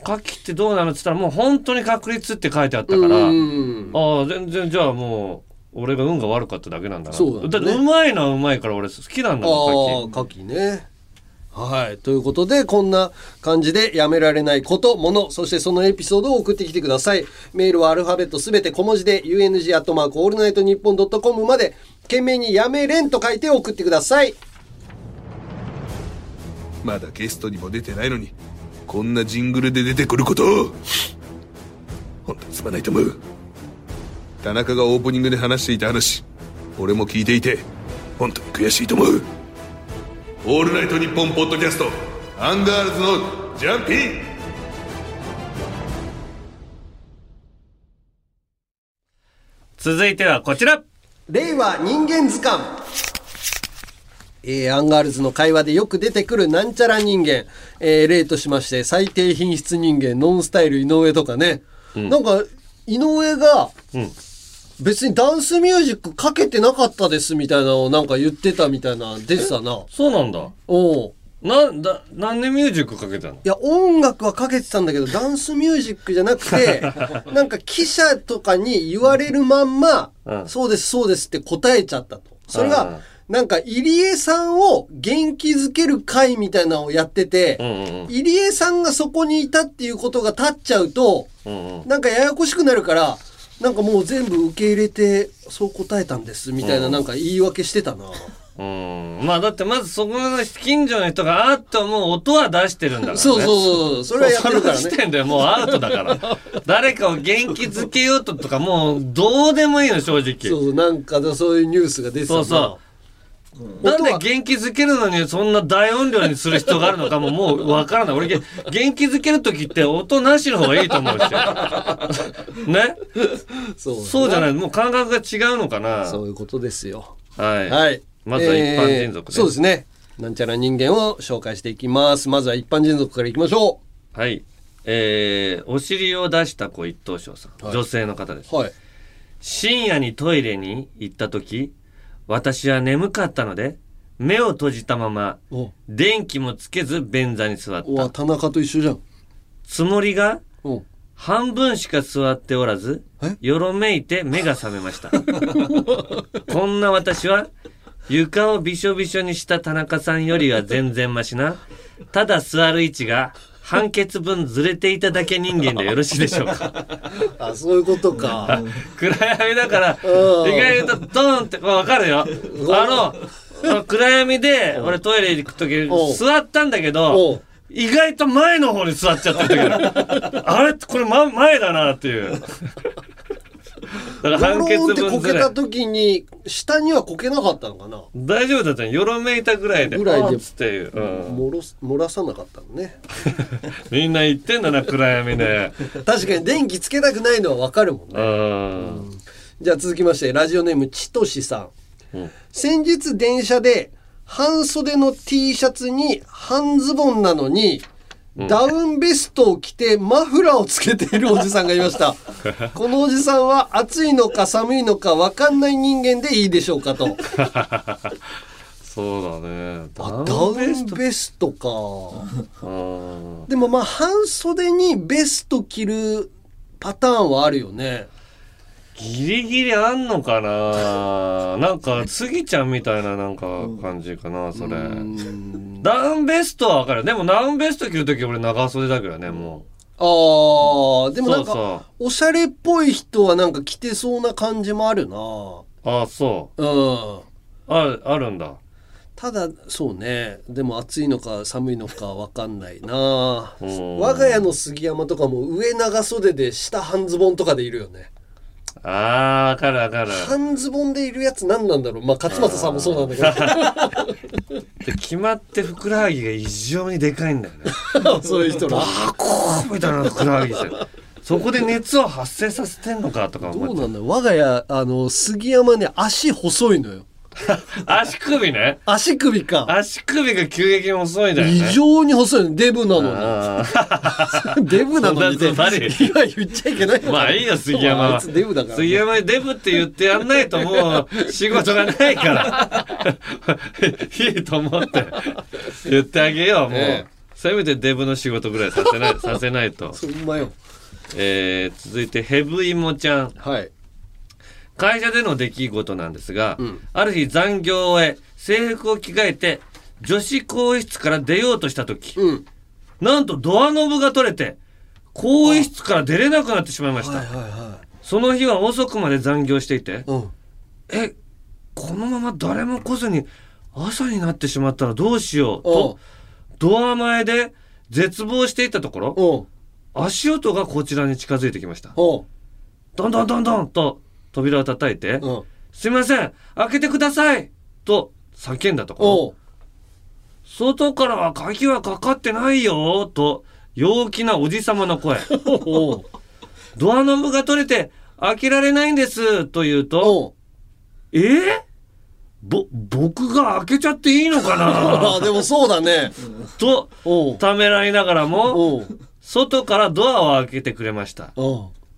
Speaker 2: 蠣ってどうなのって言ったらもう本当に確率って書いてあったから、
Speaker 3: うん。
Speaker 2: ああ全然じゃあもう俺が運が悪かっただけなんだな
Speaker 3: そうだね
Speaker 2: ってうまいのはうまいから俺好きなんだ
Speaker 3: ああ
Speaker 2: もん牡蠣
Speaker 3: 牡蠣ねはいということでこんな感じでやめられないことものそしてそのエピソードを送ってきてくださいメールはアルファベットすべて小文字で UNG アットマークオールナイトニッポンドットコムまで懸命に「やめれん」と書いて送ってください
Speaker 12: まだゲストにも出てないのにこんなジングルで出てくること本当にすまないと思う田中がオープニングで話していた話俺も聞いていて本当に悔しいと思う「オールナイトニッポン」ポッドキャストアンガールズのジャンピン
Speaker 2: 続いてはこちら
Speaker 3: 令和人間図鑑えーアンガールズの会話でよく出てくるなんちゃら人間、えー例としまして最低品質人間ノンスタイル井上とかね、なんか井上が、別にダンスミュージックかけてなかったですみたいなのをなんか言ってたみたいなでしたな
Speaker 2: そうなんだ
Speaker 3: おう
Speaker 2: なんだ何でミュージックかけたの
Speaker 3: いや音楽はかけてたんだけどダンスミュージックじゃなく てなんか記者とかに言われるまんま、
Speaker 2: うん
Speaker 3: そうですそうですって答えちゃったとそれ
Speaker 2: うん
Speaker 3: がなんか入江さんを元気づける会みたいなのをやってて、
Speaker 2: うんうん
Speaker 3: 入江さんがそこにいたっていうことが立っちゃうと
Speaker 2: うんうん
Speaker 3: なんかややこしくなるからなんかもう全部受け入れてそう答えたんですみたいな、
Speaker 2: うん
Speaker 3: なんか言い訳して たな
Speaker 2: うんまあだってまずそこの近所の人があーっともう音は出してるんだから、ね、
Speaker 3: そうそうそうそれはやってるからね
Speaker 2: その時点でもうアウトだから誰かを元気づけようととかもうどうでもいいの正直
Speaker 3: そうそうなんかそういうニュースが出てた
Speaker 2: そ
Speaker 3: な
Speaker 2: うそう。なんで元気づけるのにそんな大音量にする必要があるのかももうわからない。俺げ元気づける時って音なしの方がいいと思う し。ね
Speaker 3: そう
Speaker 2: そうじゃない。もう感覚が違うのかな。
Speaker 3: そういうことですよ。
Speaker 2: はい。
Speaker 3: はい。
Speaker 2: まずは一般人族
Speaker 3: えー
Speaker 2: ね
Speaker 3: そうですね。なんちゃら人間を紹介していきます。まずは一般人族からいきましょ
Speaker 2: はい。えー、お尻を出した子一等賞さん、
Speaker 3: はい
Speaker 2: 女性の方です。
Speaker 3: う。はい。
Speaker 2: 深夜にトイレに行った時私は眠かったので目を閉じたまま
Speaker 3: お
Speaker 2: 電気もつけず便座に座っ
Speaker 3: うわ、
Speaker 2: た
Speaker 3: 田中と一緒じゃん。
Speaker 2: つもりが
Speaker 3: うん。
Speaker 2: 半分しか座っておらず
Speaker 3: え、
Speaker 2: よろめいて目が覚めました。 こんな私は、床をびしょびしょにした田中さんよりは全然マシな、ただ座る位置が半決分ずれていただけ人間でよろしいでしょうか。
Speaker 3: あ、そういうこ とか。
Speaker 2: 暗闇だ から、意外とドーンって、わかるよ。あの、暗闇で俺トイレ行くとき
Speaker 3: おう
Speaker 2: 座ったんだけ
Speaker 3: お
Speaker 2: ど
Speaker 3: う、
Speaker 2: 意外と前の方に座っちゃった時あ るあれこれ、ま、前だなっていう。だから
Speaker 3: ロ
Speaker 2: 判
Speaker 3: ローン
Speaker 2: 決
Speaker 3: ってこ
Speaker 2: 分
Speaker 3: け
Speaker 2: ぐ
Speaker 3: た
Speaker 2: らい。
Speaker 3: 時に、下にはこけなかったのかな
Speaker 2: 大丈夫だったのよろめいたぐらいで。
Speaker 3: ぐらいで
Speaker 2: あーっつっていう、うん
Speaker 3: 漏らす漏らさなかったのね。
Speaker 2: みんな言ってんだな、暗闇で。
Speaker 3: 確かに電気つけたくないのはわかるもんね。
Speaker 2: うん。
Speaker 3: じゃあ続きまして、ラジオネーム、ちとしさん。先日電車で、半袖の T シャツに半ズボンなのに、ダウンベストを着てマフラーをつけているおじさんがいました。このおじさんは暑いのか寒いのかわかんない人間でいいでしょうかと。
Speaker 2: そうだね。ダ
Speaker 3: あダ
Speaker 2: ウ
Speaker 3: ウ
Speaker 2: ンベス
Speaker 3: ンベストか。
Speaker 2: ト。うん
Speaker 3: でもまあ半袖にベスト着るパターンはあるよね。
Speaker 2: ギリギリあんのかな なんか、スギちゃんみたいななんか感じかな、それ。ダウンベストはわかる。でもダウンベスト着るとき俺長袖だけどね、も
Speaker 3: ああ、でもな
Speaker 2: そ
Speaker 3: ん
Speaker 2: うそ
Speaker 3: か、おしゃれっぽい人はなんか着てそうな感じもあるな。
Speaker 2: う。ああ、そう。
Speaker 3: うん。
Speaker 2: あ、あるんだ。
Speaker 3: ただ、そうね。でも暑いのか寒いのかわかんないな。
Speaker 2: うん
Speaker 3: 我が家の杉山とかも上長袖で下半ズボンとかでいるよね。
Speaker 2: ああ、わかるわかる。
Speaker 3: 半ズボンでいるやつ何なんだろう。まあ、勝俣さんもそうなんだけ
Speaker 2: で決まってふくらはぎが異常にでかいんだよね。
Speaker 3: ど。 そういう人ら。
Speaker 2: みたいなふくらはぎしてそこで熱を発生させてんのかとか
Speaker 3: ど
Speaker 2: 思
Speaker 3: う
Speaker 2: って。
Speaker 3: なんだろう我が家、あの、杉山ね、足細いのよ。
Speaker 2: 足首ね。
Speaker 3: 足首か。
Speaker 2: 足首が急激に遅いんだよね。
Speaker 3: 異常に細いのデブなの
Speaker 2: あ
Speaker 3: に。デブなのに
Speaker 2: そんなことない
Speaker 3: いや、言っちゃいけない
Speaker 2: ー。まあいいよ、杉山
Speaker 3: あい
Speaker 2: は。
Speaker 3: つデブだから。
Speaker 2: 杉山にデブって言ってやんないともう仕事がないから。 いいと思って言ってあげよう、もう。
Speaker 3: え
Speaker 2: せめてデブの仕事ぐらいさせ ない、させないと。
Speaker 3: そんまよ。
Speaker 2: えー続いてヘブイモちゃん
Speaker 3: はい
Speaker 2: 会社での出来事なんですが、ある日残業を終え制服を着替えて女子更衣室から出ようとした時、なんとドアノブが取れて更衣室から出れなくなってしまいました、その日は遅くまで残業していて、えこのまま誰も来ずに朝になってしまったらどうしようとドア前で絶望していたところ足音がこちらに近づいてきました
Speaker 3: ど
Speaker 2: んどんどんどんと扉を叩いて「すいません開けてください!」と叫んだところ外からは鍵はかかってないよと陽気なおじさまの声ドアノブが取れて開けられないんですと言うとえー、ぼ僕が開けちゃっていいのかな
Speaker 3: あでもそうだね。
Speaker 2: とためらいながらも外からドアを開けてくれました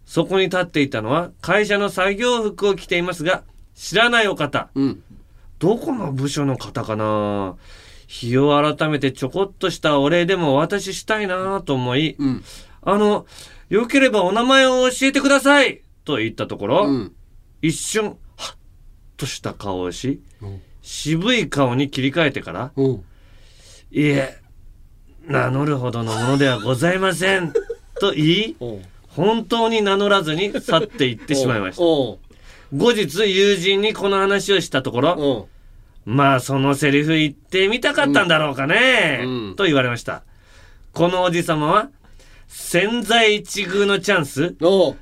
Speaker 2: そこに立っていたのは会社の作業服を着ていますが知らないお方、どこの部署の方かな日を改めてちょこっとしたお礼でもお渡ししたいなと思い、あのよければお名前を教えてくださいと言ったところ、一瞬ハッとした顔をし、渋い顔に切り替えてから、いえ、名乗るほどのものではございません。 と言い、本当に名乗らずに去っていってしまいました。後日友人にこの話をしたところ、まあそのセリフ言ってみたかったんだろうかね、と言われました。このおじさまは、潜在一遇のチャンス、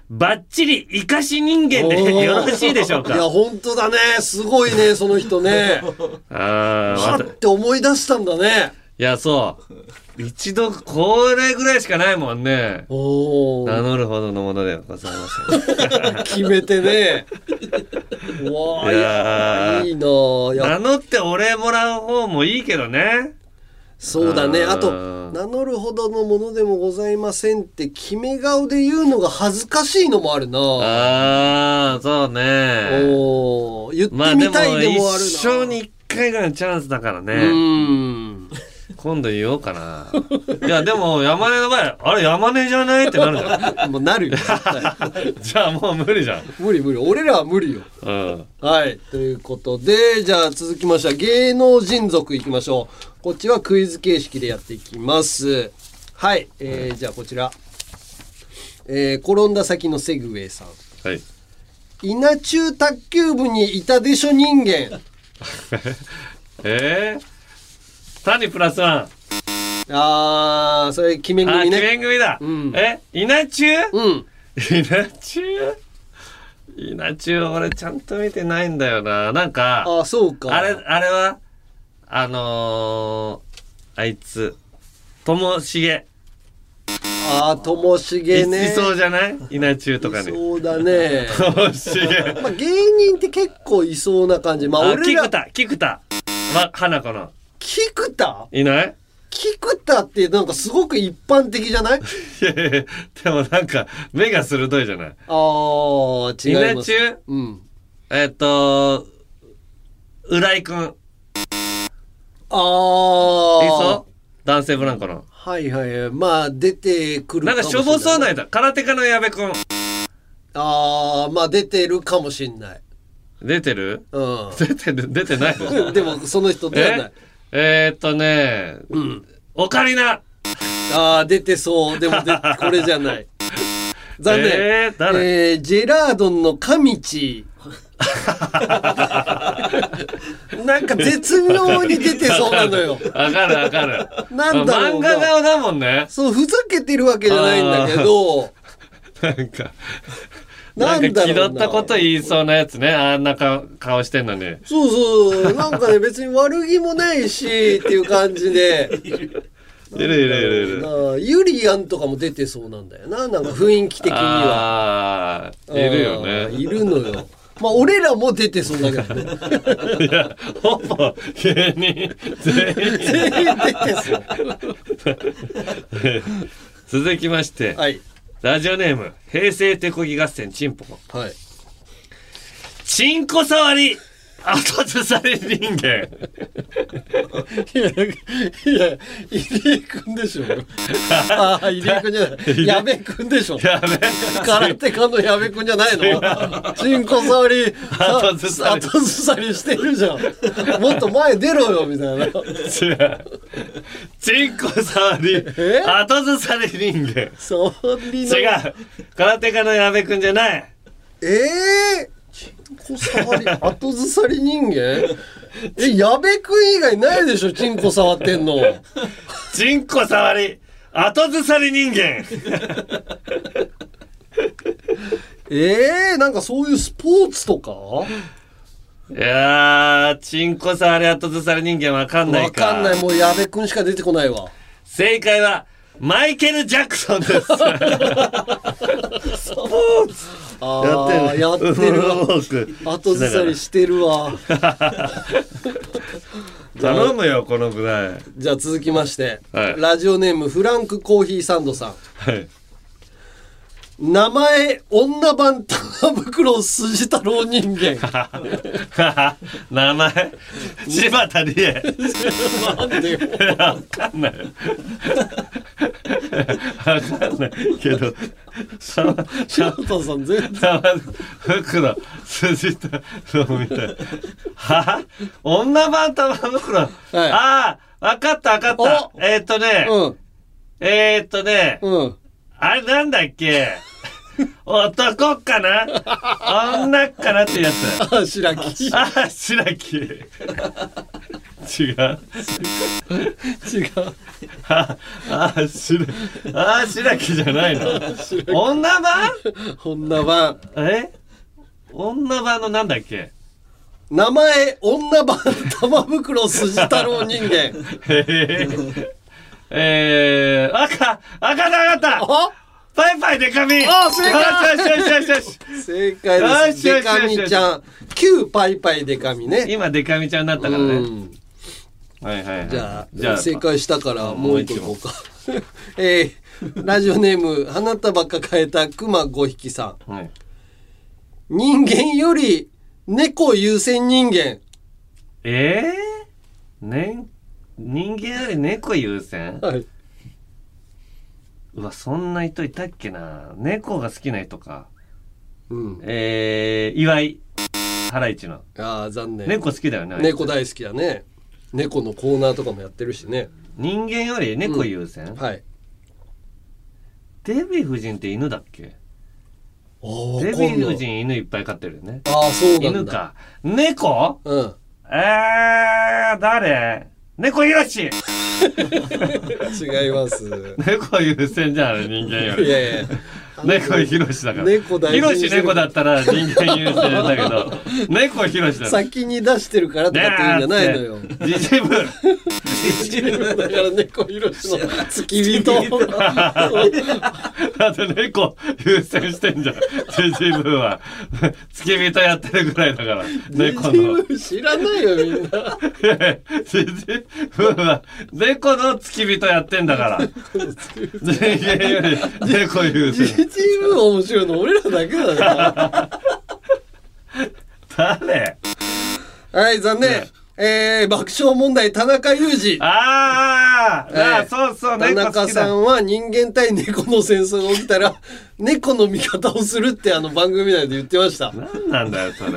Speaker 2: バッチリ生かし人間 でよろしいでしょうか
Speaker 3: いや、本当だね。すごいね、その人 ね。
Speaker 2: あー
Speaker 3: はって思い出したんだね。
Speaker 2: いや、そう。一度、これぐらいしかないもんね。名乗るほどのものではございません。
Speaker 3: 決めて ね。うわあ、い
Speaker 2: い
Speaker 3: や
Speaker 2: やー
Speaker 3: いいなあいや
Speaker 2: 名乗ってお礼もらう方もいいけどね。
Speaker 3: そうだね。
Speaker 2: うん
Speaker 3: あと、名乗るほどのものでもございませんって、決め顔で言うのが恥ずかしいのもあるな
Speaker 2: ああ、そうね。
Speaker 3: おー言
Speaker 2: まあ
Speaker 3: って
Speaker 2: で
Speaker 3: み
Speaker 2: も
Speaker 3: たいでもあるな、
Speaker 2: 一生に一回ぐらいのチャンスだからね。今度言おうかな。 いや、でも山根の場合、あれ山根じゃないってなるじ ゃん。
Speaker 3: もうなるよ。
Speaker 2: じゃあもう無理じゃん。
Speaker 3: 無理無理。俺らは無理よ。
Speaker 2: うん。
Speaker 3: はい。ということで、じゃあ続きましては芸能人族いきましょう。こっちはクイズ形式でやっていきます。はい。えー、じゃあこちら。えー、転んだ先のセグウェイさん。
Speaker 2: はい。
Speaker 3: 稲中卓球部にいたでしょ 人間。
Speaker 2: えー、谷プラスワン。
Speaker 3: あー、それ、鬼面
Speaker 2: あ、
Speaker 3: 組
Speaker 2: 記
Speaker 3: ね。
Speaker 2: 念組だ。え、稲中
Speaker 3: うん。
Speaker 2: 稲中稲中俺ちゃんと見てないんだよな。なんか、
Speaker 3: あ、そうか。
Speaker 2: あれ、あれは、あのー、あいつ、ともしげ、
Speaker 3: あー、ともし
Speaker 2: い
Speaker 3: げね。
Speaker 2: いそうじゃない稲中とかに。
Speaker 3: そうだ ね。
Speaker 2: ともしげ。
Speaker 3: まあ、芸人って結構いそうな感じ。まあ、
Speaker 2: あ、
Speaker 3: 俺ら
Speaker 2: 菊、田、菊田。ま、花子の。
Speaker 3: 菊田
Speaker 2: いない
Speaker 3: 菊田ってなんかすごく一般的じゃない
Speaker 2: いやいやいやでもなんか、目が鋭いじゃない。
Speaker 3: あー、違い
Speaker 2: 稲
Speaker 3: ます。
Speaker 2: 中
Speaker 3: うん。
Speaker 2: えっと、浦井くん。い
Speaker 3: あー。
Speaker 2: そう男性ブランコの。
Speaker 3: はいはいはい。まあ、出てくる
Speaker 2: なんかしょぼそうなやつ。空手家の矢部くん。
Speaker 3: ああまあ出てるかもしんない
Speaker 2: 出てる
Speaker 3: うん
Speaker 2: 出てる出てない
Speaker 3: でもその人ではない
Speaker 2: ええーっとね、オカリナ
Speaker 3: ああ出てそうでもでこれじゃ ない残念、
Speaker 2: えー誰
Speaker 3: えージェラードンの神 地なんか絶妙に出てそうなのよ
Speaker 2: わかるわかる。
Speaker 3: なんだろ
Speaker 2: 漫
Speaker 3: うな
Speaker 2: 画顔だもんね。
Speaker 3: そうふざけてるわけじゃないんだけど
Speaker 2: なんか、
Speaker 3: な
Speaker 2: なんん
Speaker 3: だろ
Speaker 2: か気
Speaker 3: うな
Speaker 2: 取ったこと言いそうなやつね。あんな顔顔してんのに。
Speaker 3: そうそうそうなんかね別に悪気もないしっていう感 じで
Speaker 2: いるいるいるいる。
Speaker 3: ああユリアンとかも出てそうなんだよななんか雰囲気的には
Speaker 2: ああ、いるよ
Speaker 3: ああ
Speaker 2: ね。
Speaker 3: いるのよまあ俺らも出てそうだけど ね
Speaker 2: いや、ほぼ芸人全員。
Speaker 3: 全員出てそう
Speaker 2: 続きまして、
Speaker 3: はい
Speaker 2: ラジオネーム、平成手こぎ合戦チンポコ。
Speaker 3: はい
Speaker 2: チンコ触り後ずされ人間。
Speaker 3: いや、いや、入江くんで しょ。ああ、入江くんじゃない。矢部くんでしょ。
Speaker 2: やべ。
Speaker 3: 空手家の矢部くんじゃないの チンコ触り、さ
Speaker 2: 後ずさり
Speaker 3: 後ずさりしてるじゃん。もっと前出ろよ、みたいな。
Speaker 2: 違う。チンコ触り
Speaker 3: え
Speaker 2: 後ずされ人間。
Speaker 3: 触りの。
Speaker 2: 違う。空手家の矢部くんじゃない。
Speaker 3: ええチンコ触り、後ずさり人間え、矢部くん以外ないでしょ、チンコ触ってんの。
Speaker 2: チンコ触り後ずさり人間。
Speaker 3: ええなんかそういうスポーツとか
Speaker 2: いやー、チンコ触り後ずさり人間わかんない
Speaker 3: わ
Speaker 2: か。
Speaker 3: かんない。もう矢部くんしか出てこないわ。
Speaker 2: 正解は、マイケル・ジャクソン です。
Speaker 3: あーやっ てるわ。後ずさりしてるわ。
Speaker 2: 頼むよ、このぐらい。
Speaker 3: じゃあ続きまして、
Speaker 2: はい
Speaker 3: ラジオネームフランクコーヒーサンドさん。
Speaker 2: はい。
Speaker 3: 名前女版玉袋筋太郎人間。
Speaker 2: 名前柴田理恵
Speaker 3: なんでよ。
Speaker 2: わかんないわかんないけど玉
Speaker 3: 柴田さん全然
Speaker 2: 袋筋太郎みたいは女版玉袋、ああわかったわかったえーっ、とね、
Speaker 3: うん
Speaker 2: えーっ、とね、
Speaker 3: うん
Speaker 2: あれなんだっ け男かな女かなってやつ
Speaker 3: あ白木
Speaker 2: あー、白木。違う。
Speaker 3: 違う。
Speaker 2: ああー、白木。あー、白木じゃないの。女版
Speaker 3: 女版
Speaker 2: え女版のなんだっけ
Speaker 3: 名前女版玉袋筋太郎人間。
Speaker 2: えー、えー、赤、赤だ赤だ
Speaker 3: あ
Speaker 2: パイパイデカミ
Speaker 3: あ正解
Speaker 2: よしよしよしよしよし
Speaker 3: 正解です。
Speaker 2: よ
Speaker 3: デ
Speaker 2: しよし
Speaker 3: カ
Speaker 2: よし
Speaker 3: ミちゃん。旧パイパイデカミね。
Speaker 2: 今デカミちゃんになったから
Speaker 3: う
Speaker 2: ね。
Speaker 3: ん
Speaker 2: はいはい、はい。
Speaker 3: じゃあ、
Speaker 2: じゃあ、
Speaker 3: 正解したからもう一個行こうか。 えー、ラジオネーム、花束抱えた熊5匹さ
Speaker 2: はい。
Speaker 3: ん。人間より猫優先人間。
Speaker 2: えー、ね、人間より猫優先
Speaker 3: はい。
Speaker 2: うわ、そんな人いたっけな猫が好きな人か。
Speaker 3: うん。
Speaker 2: えー、岩井。ハライチの。
Speaker 3: ああ、残念。
Speaker 2: 猫好きだよね。あいつ
Speaker 3: 猫大好きだね。猫のコーナーとかもやってるしね。
Speaker 2: 人間より猫優先、
Speaker 3: はい。
Speaker 2: デヴィ夫人って犬だっけ
Speaker 3: ああ、わか
Speaker 2: デ
Speaker 3: ん
Speaker 2: ヴィ
Speaker 3: な
Speaker 2: 夫
Speaker 3: い。
Speaker 2: 人犬いっぱい飼ってるよね。
Speaker 3: ああ、そうなんだ。
Speaker 2: 犬。か。猫
Speaker 3: うん。
Speaker 2: えー、誰猫ひろし
Speaker 3: 違います。
Speaker 2: 猫優先じゃん、あれ人間よ
Speaker 3: い
Speaker 2: り。
Speaker 3: やいや。
Speaker 2: 猫ひろしだから。
Speaker 3: 猫大
Speaker 2: ひ
Speaker 3: 事
Speaker 2: ろ
Speaker 3: にして
Speaker 2: し
Speaker 3: る
Speaker 2: 猫だったら人間優先だけど、猫ひろしだから。
Speaker 3: 先に出してるからとかっていうんじゃないのよ。
Speaker 2: ねえってジジイブ
Speaker 3: だから猫ひろしの付き人。
Speaker 2: だって猫優先してんじゃん。ジジブーは。付き人やってるぐらいだから。猫の。
Speaker 3: 知らないよみん
Speaker 2: い
Speaker 3: な。
Speaker 2: やいやジジブーは猫の付き人やってんだから。人間より猫優先。
Speaker 3: チーム面白いの俺らだけだね。
Speaker 2: 誰
Speaker 3: はい、残念。えー、爆笑問題田中裕二。
Speaker 2: あラーラーそうそう
Speaker 3: 田
Speaker 2: 猫好きだ
Speaker 3: 中さんは人間対猫の戦争が起きたら猫の味方をするってあの番組内で言ってま した
Speaker 2: 何なんだよそれ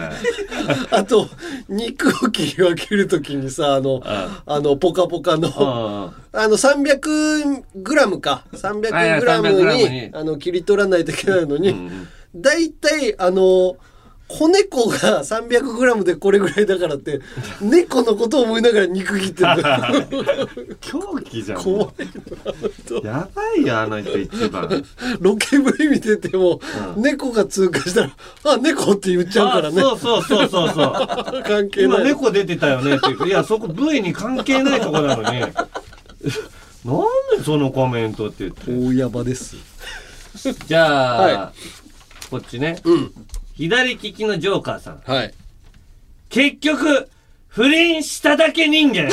Speaker 3: あと肉を切り分けるときにさあのあのポカポカのあの300グラムか
Speaker 2: はいはい
Speaker 3: 300グラ
Speaker 2: 300グ
Speaker 3: ム
Speaker 2: ラム
Speaker 3: に
Speaker 2: に
Speaker 3: あの切り取らないといけないのに大体、あの子猫が300グラムでこれぐらいだか らって猫のことを思いながら肉切って る
Speaker 2: 狂気じゃん
Speaker 3: 怖い
Speaker 2: やばいよあの人一 番
Speaker 3: ロケぶり見てても、猫が通過したら「あ猫」って言っちゃうからね
Speaker 2: あそうそうそうそうそう
Speaker 3: 関係
Speaker 2: 今
Speaker 3: ない
Speaker 2: 猫出てたよねっていういやそこ部位に関係ないとこなの になんでそのコメントって言って
Speaker 3: 大ヤバです
Speaker 2: じゃあ、
Speaker 3: は
Speaker 2: こっちね、左利きのジョーカーさん
Speaker 3: はい
Speaker 2: 結局不倫しただけ人 間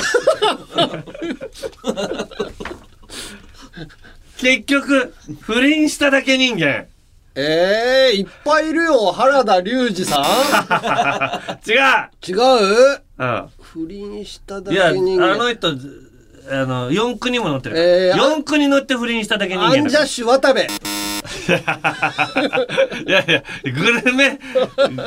Speaker 2: 結局不倫しただけ人間
Speaker 3: えー、いっぱいいるよ原田龍 二さん
Speaker 2: 違う
Speaker 3: 違う
Speaker 2: うん
Speaker 3: 不倫しただ
Speaker 2: いや、あ
Speaker 3: け人間
Speaker 2: の人、あの、四駆にも乗ってるから。
Speaker 3: えー
Speaker 2: 四駆に乗って不倫しただけ人
Speaker 3: アン
Speaker 2: 間
Speaker 3: ジャ
Speaker 2: だ
Speaker 3: ッシュ渡部
Speaker 2: いやいや、グルメ、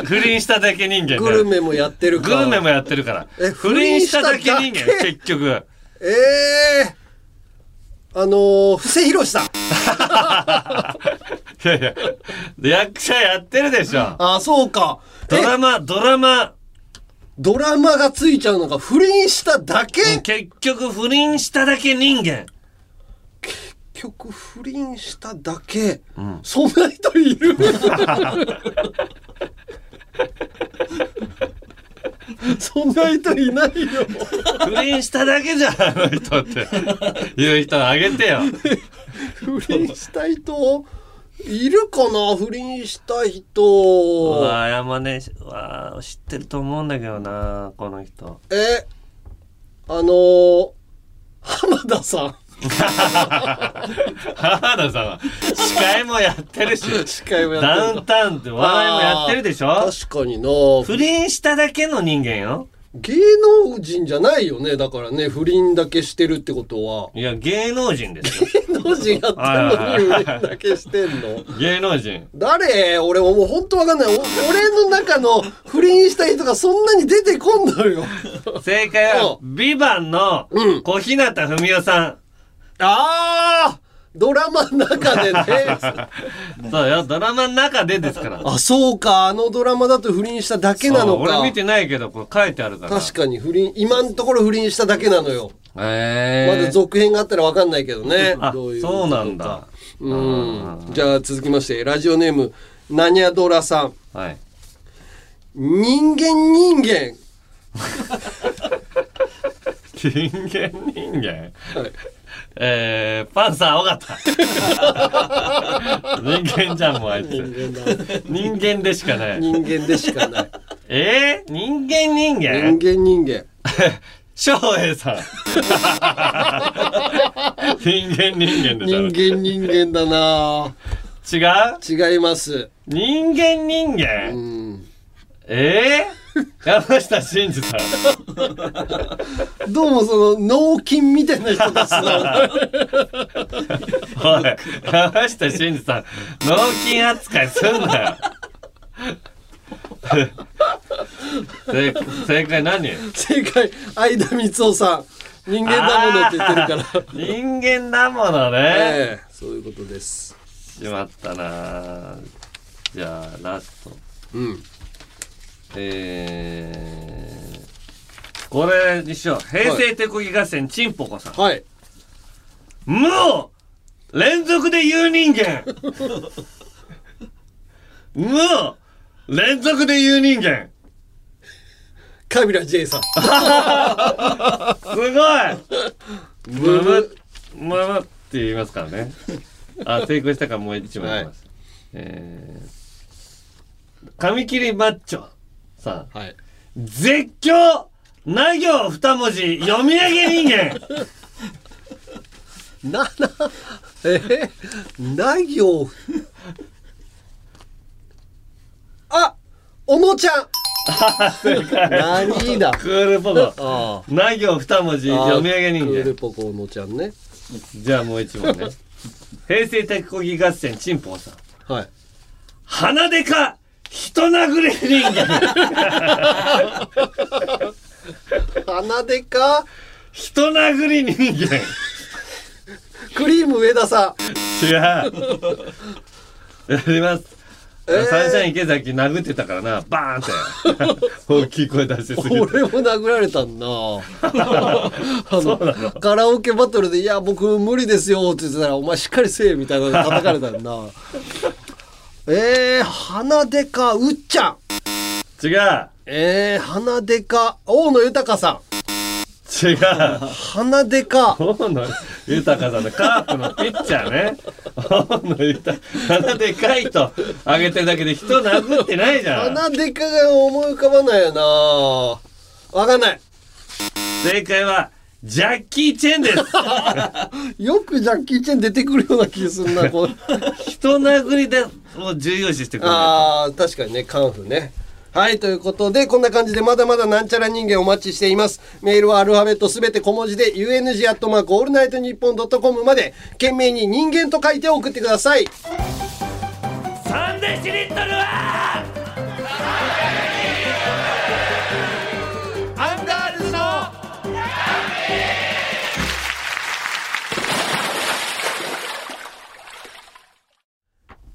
Speaker 2: 不倫しただけ人間だよ
Speaker 3: グルメもやってるか
Speaker 2: グルメもやってるから。
Speaker 3: え
Speaker 2: 不倫しただけ人
Speaker 3: 不倫し
Speaker 2: 間、
Speaker 3: ただけ
Speaker 2: 結局。
Speaker 3: ええー、あのー、布施宏さん
Speaker 2: いやいや、役者やってるでしょ。
Speaker 3: あそうか
Speaker 2: ドラマ、ドラマ。
Speaker 3: ドラマがついちゃうのか不倫しただけ、
Speaker 2: 結局不倫しただけ人間。
Speaker 3: 結局不倫しただけ、そんな人い るそんな人いないよ
Speaker 2: 不倫しただけじゃん、あの人って。いう人あげて よ。
Speaker 3: 不倫した人いるかな不倫した人
Speaker 2: うわあ山根うわあ知ってると思うんだけどなこの人
Speaker 3: えあのー、浜田さ ん
Speaker 2: 原田さんは司会もやってるし
Speaker 3: 司会 もやっ
Speaker 2: ダウ
Speaker 3: てる
Speaker 2: ンタウンってお笑いもやってるでしょ
Speaker 3: 確かにな
Speaker 2: 不倫しただけの人間よ
Speaker 3: 芸能人じゃないよねだからね不倫だけしてるってことはい
Speaker 2: や芸能人です よ
Speaker 3: 芸能人やってるのに不倫だけしてんの
Speaker 2: 芸能人
Speaker 3: 誰俺もう本当わかんないお俺の中の不倫した人がそんなに出てこん のよ
Speaker 2: 正解は「ビバンの小日向文世さん
Speaker 3: ああドラマの中 でね
Speaker 2: そうよドラマの中でですから
Speaker 3: あそうかあのドラマだと不倫しただけな
Speaker 2: そ
Speaker 3: の
Speaker 2: う俺
Speaker 3: か
Speaker 2: 見てないけどこれ書いてあるから
Speaker 3: 確かに不倫今のところ不倫しただけなのよ
Speaker 2: へ
Speaker 3: ま
Speaker 2: え
Speaker 3: だ続編があったらわかんないけどね
Speaker 2: あ
Speaker 3: どういう
Speaker 2: そうなんだ
Speaker 3: うんじゃあ続きましてラジオネームナニャドラさん
Speaker 2: はい
Speaker 3: 人間人間
Speaker 2: 人間人間、えー、パンサー尾 形人間じゃんもうあいつ人間でしかない
Speaker 3: 人間でしかない
Speaker 2: えー、人間人間
Speaker 3: 人間人間
Speaker 2: 翔平さん人間人間でし
Speaker 3: 人
Speaker 2: ょ
Speaker 3: 間人間だな
Speaker 2: 違う
Speaker 3: 違います
Speaker 2: 人間人間えー、山下真司さん
Speaker 3: どうもその脳筋みたいな人たちだ
Speaker 2: おい山下真司さん脳筋扱いすんなよ 正正解何
Speaker 3: 正解相田光夫さん人間だものって言ってるから
Speaker 2: 人間だものね、
Speaker 3: ええそういうことです
Speaker 2: しまったなじゃあラスト
Speaker 3: うん
Speaker 2: えー、これにしよう平成手こぎ合戦ちんぽこさん
Speaker 3: はい
Speaker 2: もう連続で言う人 間もう連続で言う人間
Speaker 3: カビラ J さん
Speaker 2: すごいむむむむって言いますからねあ成功したからもう一枚いきます、えー、髪切りマッチョさん、
Speaker 3: はい
Speaker 2: 絶叫な行二文字読み上げ人間
Speaker 3: ななえな行あおのちゃん何だ
Speaker 2: クールポコ。な行二文字、読み上げ人
Speaker 3: クー
Speaker 2: 間
Speaker 3: ル。ポコのちゃんね
Speaker 2: じゃあもう一問ね。平成手こぎ合戦、チンポンさん。
Speaker 3: はい。
Speaker 2: 鼻でか、人殴れ人間。
Speaker 3: 鼻でか
Speaker 2: 人殴り人間
Speaker 3: クリーム上田さ
Speaker 2: 違う。やります。サンシャイン池崎殴ってたからな、バーン って。大きい声出し
Speaker 3: ん
Speaker 2: すぎて。
Speaker 3: 俺も殴られたんなあのカラオケバトルで「いや僕無理ですよ」って言ってたら「お前しっかりせえ」みたいなので叩かれたんなえー、鼻でかうっちゃん
Speaker 2: 違う。
Speaker 3: えー、鼻でか大野豊さん
Speaker 2: 違う。
Speaker 3: 鼻でか
Speaker 2: 大野豊さんのカープのピッチャーね。大野豊、鼻でかいと上げてるだけで人殴ってないじゃん。
Speaker 3: 鼻でかが思い浮かばないよなわかんない
Speaker 2: 正解は、ジャッキー・チ ェンです。
Speaker 3: よくジャッキー・チェン出てくるような気がするなこう
Speaker 2: 人殴りでを重要視してくれる。
Speaker 3: あー確かにねカンフーねはいということでこんな感じでまだまだなんちゃら人間お待ちしていますメールはアルファベットすべて小文字で UNG アットマークオールナイトニッポンドットコムまで懸命に人間と書いて送ってください
Speaker 11: 3デシリットルはアンガールズの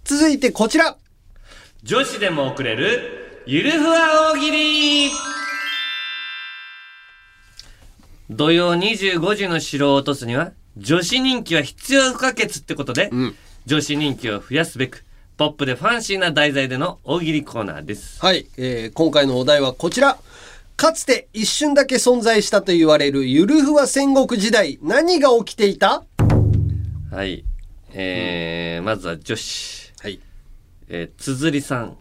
Speaker 3: 続いてこちら
Speaker 2: 女子でも送れる、ゆるふわ大喜利土曜25時の城を落とすには、女子人気は必要不可欠ってことで、女子人気を増やすべく、ポップでファンシーな題材での大喜利コーナーです。
Speaker 3: はい、えー今回のお題はこちらかつて一瞬だけ存在したと言われるゆるふわ戦国時代何が起きていた
Speaker 2: はい。えーまずは女子。
Speaker 3: はい。
Speaker 2: えー、つづりさん。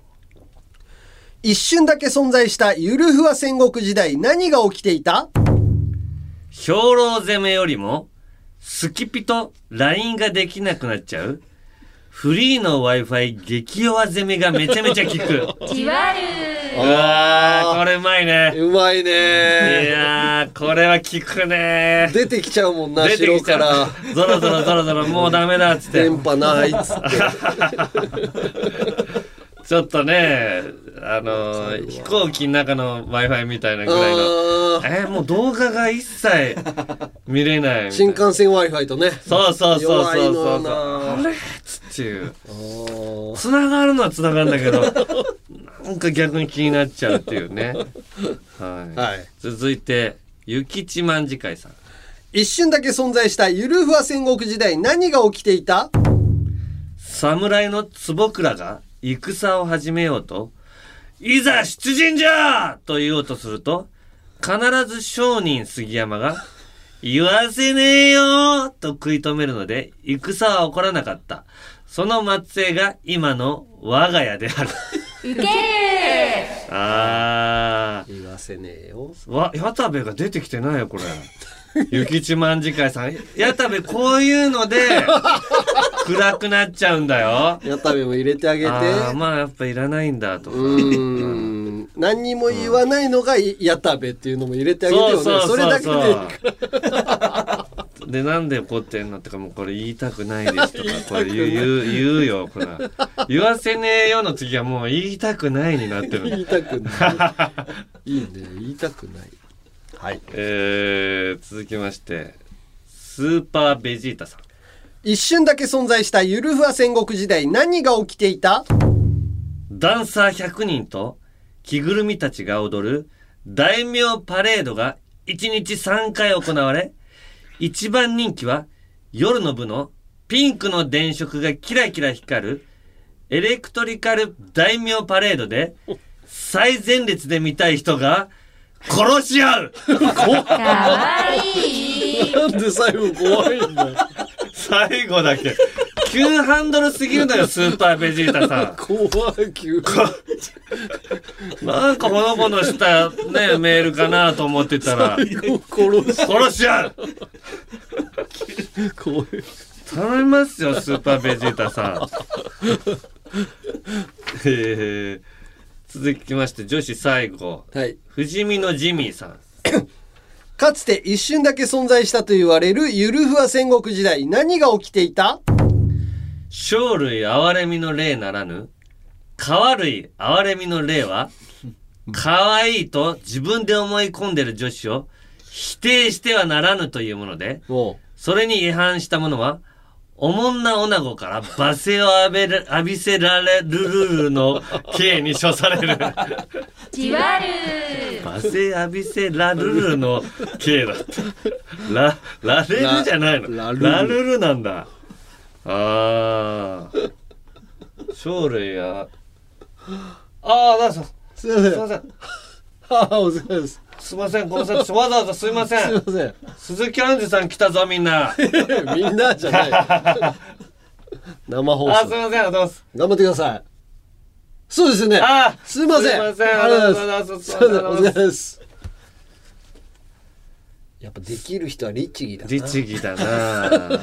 Speaker 3: 一瞬だけ存在したゆるふわ戦国時代何が起きていた
Speaker 2: 兵糧攻めよりも、スキピと LINE ができなくなっちゃう、フリーの Wi-Fi 激弱攻めがめちゃめちゃ効く。
Speaker 8: じわ
Speaker 2: うわー、これうまいね。
Speaker 3: うまいね
Speaker 2: いやー、これは効くね
Speaker 3: 出てきちゃうもんな
Speaker 2: 出て
Speaker 3: 城
Speaker 2: きち
Speaker 3: か
Speaker 2: ゃ
Speaker 3: ら
Speaker 2: う。ゾロゾロゾロゾロ、もうダメだっつって。
Speaker 3: 電波ないっつって
Speaker 2: ちょっとね、あのー飛行機の中の Wi-Fi みたいなぐらいの。えーもう動画が一切見れないみたい
Speaker 3: 新
Speaker 2: な。
Speaker 3: 幹線 w i f i とね
Speaker 2: そうそうそうそう
Speaker 3: 弱い
Speaker 2: そう
Speaker 3: の
Speaker 2: そ
Speaker 3: よ
Speaker 2: う。
Speaker 3: な
Speaker 2: あれっつっていう。つながるのはつながるんだけ ど、なんか逆に気になっちゃうっていうね。はい。
Speaker 3: はい
Speaker 2: 続いて、ゆきちまんじかいさん。
Speaker 3: 一瞬だけ存在したゆるふわ戦国時代何が起きていた
Speaker 2: 侍の坪倉が戦を始めようと、いざ出陣じゃと言おうとすると、必ず商人杉山が、言わせねえよと食い止めるので、戦は起こらなかった。その末裔が今の我が家である。
Speaker 8: ウケる
Speaker 2: あ
Speaker 3: 言わせねえよ
Speaker 2: ー。わ、矢田部が出てきてないよ、これ。ゆきちまんじかいさん。矢田部、こういうので、暗くなっちゃうんだよ。
Speaker 3: やたべも入れてあげて
Speaker 2: ああまあやっぱいらないんだとか
Speaker 3: うーん何にも言わないのがやたべっていうのも入れてあげてよねそれだけで
Speaker 2: でなんで怒ってんのとかもうこれ言いたくないですとかこれ言う言う言うよこれ言わせねえよの次はもう言いたくないになって
Speaker 3: 言
Speaker 2: る
Speaker 3: いたくないいいね言いたくないはい
Speaker 2: えー、続きましてスーパーベジータさん
Speaker 3: 一瞬だけ存在したゆるふわ戦国時代何が起きていた
Speaker 2: ダンサー100人と着ぐるみたちが踊る大名パレードが1日3回行われ、一番人気は夜の部のピンクの電飾がキラキラ光るエレクトリカル大名パレードで最前列で見たい人が殺し合う
Speaker 3: なんで最後怖いんだよ
Speaker 2: 最後だけ。急ハンドルすぎるのよ、スーパーベジータさん。
Speaker 3: 怖い急に
Speaker 2: なんかほのぼのしたね、メールかなと思ってたら、
Speaker 3: 殺す
Speaker 2: 殺し合う
Speaker 3: 怖い
Speaker 2: 頼みますよスーパーベジータさんえー、続きまして、女子最後。
Speaker 3: はい。
Speaker 2: 不死身のジミーさん。
Speaker 3: かつて一瞬だけ存在したと言われるゆるふわ戦国時代、何が起きていた
Speaker 2: 生類憐れみの霊ならぬ、川類憐れみの霊は、可愛いと自分で思い込んでる女子を否定してはならぬというもので、それに違反した者は、おもんな女子から罵声を浴びる浴びせられるルールの刑に処される。
Speaker 8: じわる
Speaker 2: 罵声浴びせらるるの刑だった。ラ、ラレルじゃないの。ラ
Speaker 3: ルル
Speaker 2: ルルなんだ。ああ。生類や。ああ、なんすか
Speaker 3: すいません。
Speaker 2: すいません。
Speaker 3: ああ、お疲れ様です。
Speaker 2: すいません、ご無沙汰してわざわざすいません。
Speaker 3: すいません。
Speaker 2: 鈴木杏樹さん来たぞ、みんな。
Speaker 3: みんなじゃない。 生放送。
Speaker 2: あ、すいません、どうす。
Speaker 3: 頑張ってください。そうですよね。
Speaker 2: あー
Speaker 3: すいません。
Speaker 2: すいません
Speaker 3: ありがとうございます。すい
Speaker 2: ありが
Speaker 3: ません
Speaker 2: とうご
Speaker 3: お
Speaker 2: ざ
Speaker 3: 疲
Speaker 2: います
Speaker 3: れ様です。やっぱできる人は律儀だな。
Speaker 2: 律儀だな。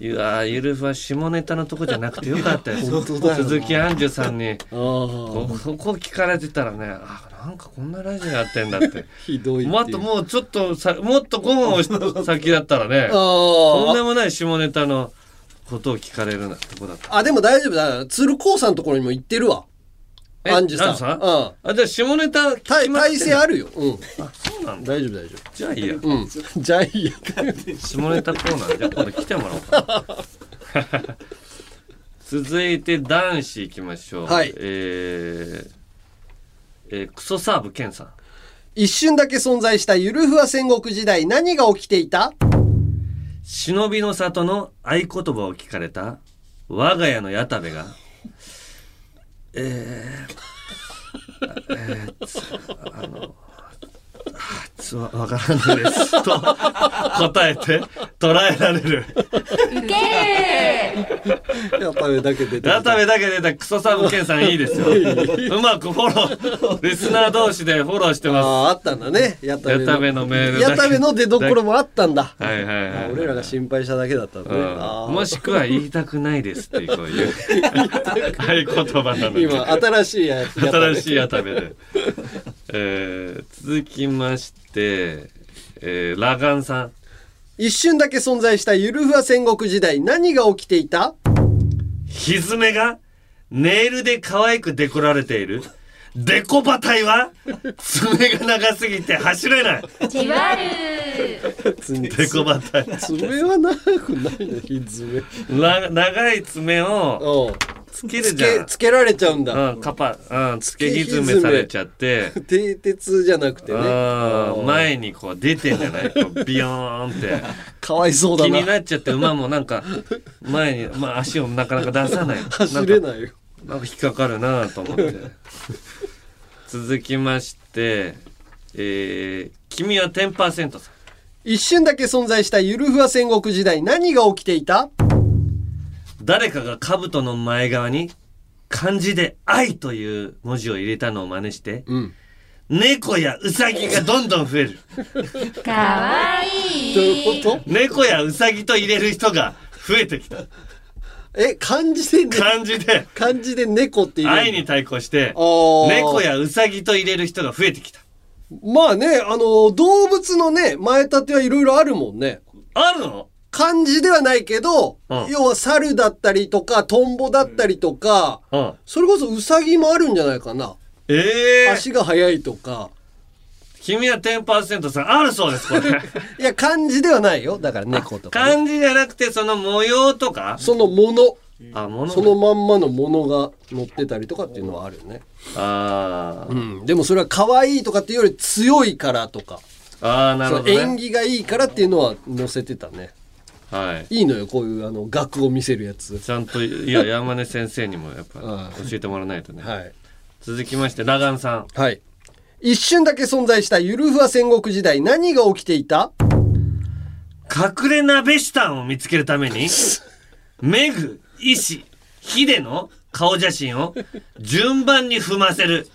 Speaker 2: いや、ゆるふは下ネタのとこじゃなくてよかったよ。
Speaker 3: 本当だよな
Speaker 2: 鈴木杏樹さんに。
Speaker 3: あー
Speaker 2: こここ聞かれてたらね、あ、なんかこんなラジオやってんだって。
Speaker 3: ひどいっていう。
Speaker 2: もっともうちょっとさ、もっと5分を先だったらね、とんで
Speaker 3: あー
Speaker 2: もない下ネタのことを聞かれるなとこだった。
Speaker 3: あ、でも大丈夫だ。鶴光さんのところにも行ってるわ。
Speaker 2: え
Speaker 3: アンジュさん。
Speaker 2: アンジュさん
Speaker 3: うん。
Speaker 2: あ、じゃあ下ネタ聞きま
Speaker 3: 体、体
Speaker 2: す
Speaker 3: 勢あるよ。うん。
Speaker 2: そうなんだ。
Speaker 3: 大丈夫、大丈
Speaker 2: じゃあいいや。
Speaker 3: 夫。うん。じゃあいいや。
Speaker 2: 下ネタコーナー、じゃあ今度来てもらおうかな。 続いて男子行きましょう。
Speaker 3: はい
Speaker 2: えーえークソサーブケンさん。
Speaker 3: 一瞬だけ存在したゆるふわ戦国時代、何が起きてい た
Speaker 2: 忍びの里の合言葉を聞かれた我が家の矢田部が、えー、えーつ、あの、あつわ、わからないです。と答えて捉えられる。
Speaker 8: ウケる
Speaker 3: やっぱりだけ出て
Speaker 2: 矢
Speaker 3: る。
Speaker 2: 田部だけ出たクソサブケンさんいいですよ。うまくフォロー、リスナー同士でフォローしてます。
Speaker 3: ああ、あったんだね。やった
Speaker 2: 矢田部のメールだけ
Speaker 3: やたべの出どころもあったんだ。
Speaker 2: はいはいはい。
Speaker 3: 俺らが心配しただけだったんだね。あ
Speaker 2: うんもしくは言いたくないですっていうこういう合言葉なの
Speaker 3: ー
Speaker 2: に
Speaker 3: 今、新しいやつ。
Speaker 2: 新しいやたべで、えー続きまして、えー、ラガンさん
Speaker 3: 一瞬だけ存在したゆるふわ戦国時代、何が起きていた
Speaker 2: ひずめがネイルで可愛くデコられているデコバ隊は爪が長すぎて走れない
Speaker 8: じわる
Speaker 2: デコバ隊
Speaker 3: 爪は長くないね、ひずめ。
Speaker 2: ら長い爪を
Speaker 3: うん
Speaker 2: つける
Speaker 3: つ
Speaker 2: じゃ
Speaker 3: け
Speaker 2: ん、
Speaker 3: つけられちゃうんだ。
Speaker 2: うん、カパ、うん、つけひずめされちゃって
Speaker 3: 蹄鉄じゃなくてね。
Speaker 2: あ
Speaker 3: う
Speaker 2: ー
Speaker 3: ん
Speaker 2: 前にこう出てんじゃないこ うビヨーンって
Speaker 3: かわいそうだ
Speaker 2: 気に
Speaker 3: な。
Speaker 2: なっちゃって馬もなんか前に、まあ、足をなかなか出さない
Speaker 3: 走れないよ。
Speaker 2: なんか引っかかるなと思って続きましてえー、君は10%さん
Speaker 3: 一瞬だけ存在したゆるふわ戦国時代、何が起きていた
Speaker 2: 誰かが兜の前側に漢字で「愛」という文字を入れたのを真似して、
Speaker 3: ん
Speaker 2: 猫やウサギがどんどん増える
Speaker 8: かわいい
Speaker 3: どういうこと
Speaker 2: 猫やウサギと入れる人が増えてきた
Speaker 3: え、漢字で、ね、
Speaker 2: 漢字で
Speaker 3: 漢字で猫っていう。
Speaker 2: 愛に対抗して
Speaker 3: おー
Speaker 2: 猫やウサギと入れる人が増えてきた
Speaker 3: まあね、あの、動物のね、前立てはいろいろあるもんね。
Speaker 2: あるの
Speaker 3: 漢字ではないけど、
Speaker 2: うん
Speaker 3: 要は猿だったりとか、トンボだったりとか、
Speaker 2: うん
Speaker 3: それこそウサギもあるんじゃないかな。
Speaker 2: ええー、
Speaker 3: 足が速いとか。
Speaker 2: 君は10%さんあるそうです これ
Speaker 3: いや、漢字ではないよ。だから猫とかね、
Speaker 2: 漢字じゃなくてその模様とか
Speaker 3: そのもの、
Speaker 2: あもの
Speaker 3: そのまんまのものが乗ってたりとかっていうのはあるよね。
Speaker 2: あー
Speaker 3: うん。でもそれは可愛いとかっていうより強いからとか、
Speaker 2: あーなる
Speaker 3: そ
Speaker 2: ほ
Speaker 3: の演
Speaker 2: どね
Speaker 3: 技がいいからっていうのは載せてたね。
Speaker 2: はい
Speaker 3: いいのよ、こういうあの、額を見せるやつ。
Speaker 2: ちゃんといや山根先生にもやっぱ教えてもらわないとね、
Speaker 3: はい。
Speaker 2: 続きましてラガンさん
Speaker 3: はい。一瞬だけ存在したゆるふわ戦国時代、何が起きていた
Speaker 2: 隠れ鍋師団を見つけるためにメグ医師ヒデの顔写真を順番に踏ませる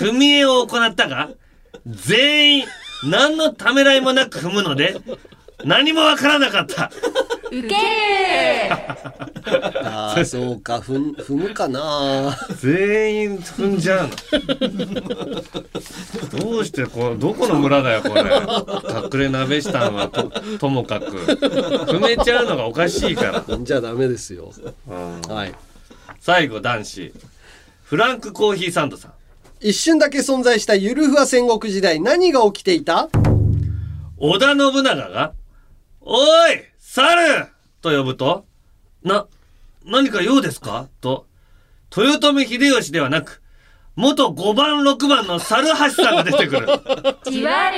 Speaker 2: 踏み絵を行ったが全員何のためらいもなく踏むので何もわからなかった。
Speaker 8: ウケー
Speaker 3: ああ、 そうか、ふん、踏むか な。
Speaker 2: 全員踏んじゃうの。どうしてこうどこの村だよこれ。隠れ鍋したんはとともかく踏めちゃうのがおかしいから。
Speaker 3: 踏んじゃダメですよ。はい。
Speaker 2: 最後男子フランクコーヒーサンドさん。
Speaker 3: 一瞬だけ存在したゆるふわ戦国時代、何が起きていた
Speaker 2: 織田信長がおい猿と呼ぶとな何か用ですかと豊臣秀吉ではなく元5番6番の猿橋さんが出て くる。
Speaker 8: じわる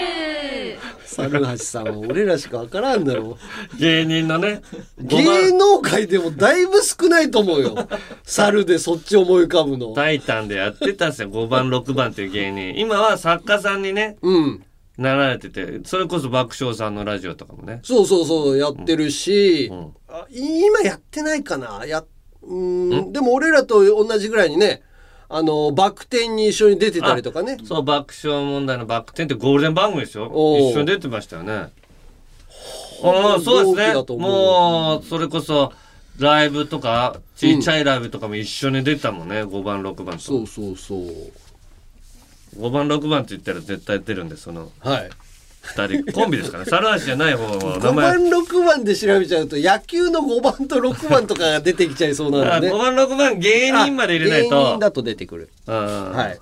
Speaker 3: 猿橋さんは俺らしかわからんだろ
Speaker 2: 芸人のね
Speaker 3: う。芸能界でもだいぶ少ないと思うよ。猿でそっち思い浮かぶの。
Speaker 2: タイタンでやってたんですよ5番6番っていう芸人今は作家さんにね、
Speaker 3: うん、
Speaker 2: なられててそれこそ爆笑さんのラジオとかもね
Speaker 3: そうそうそう、やってるし、あ今やってないかな。や、うーん、でも俺らと同じぐらいにね、あの、バク転に一緒に出てたりとかね。
Speaker 2: そう爆笑問題のバックテンってゴールデン番組ですよ
Speaker 3: おー
Speaker 2: 一緒に出てましたよねああそうですね
Speaker 3: 同期だと思
Speaker 2: も
Speaker 3: う
Speaker 2: うそれこそライブとかちっちゃいライブとかも一緒に出てたもんね、5番6番と
Speaker 3: そうそうそう。
Speaker 2: 5番6番って言ったら絶対出るんでその
Speaker 3: はい。
Speaker 2: 2人コ ンビですからね猿橋じゃない方は名
Speaker 3: 5
Speaker 2: 前
Speaker 3: 番6番で調べちゃうと野球の5番と6番とかが出てきちゃいそうな
Speaker 2: あ
Speaker 3: ので、
Speaker 2: 5番6番芸人まで入れないと
Speaker 3: 芸人だと出てくる
Speaker 2: は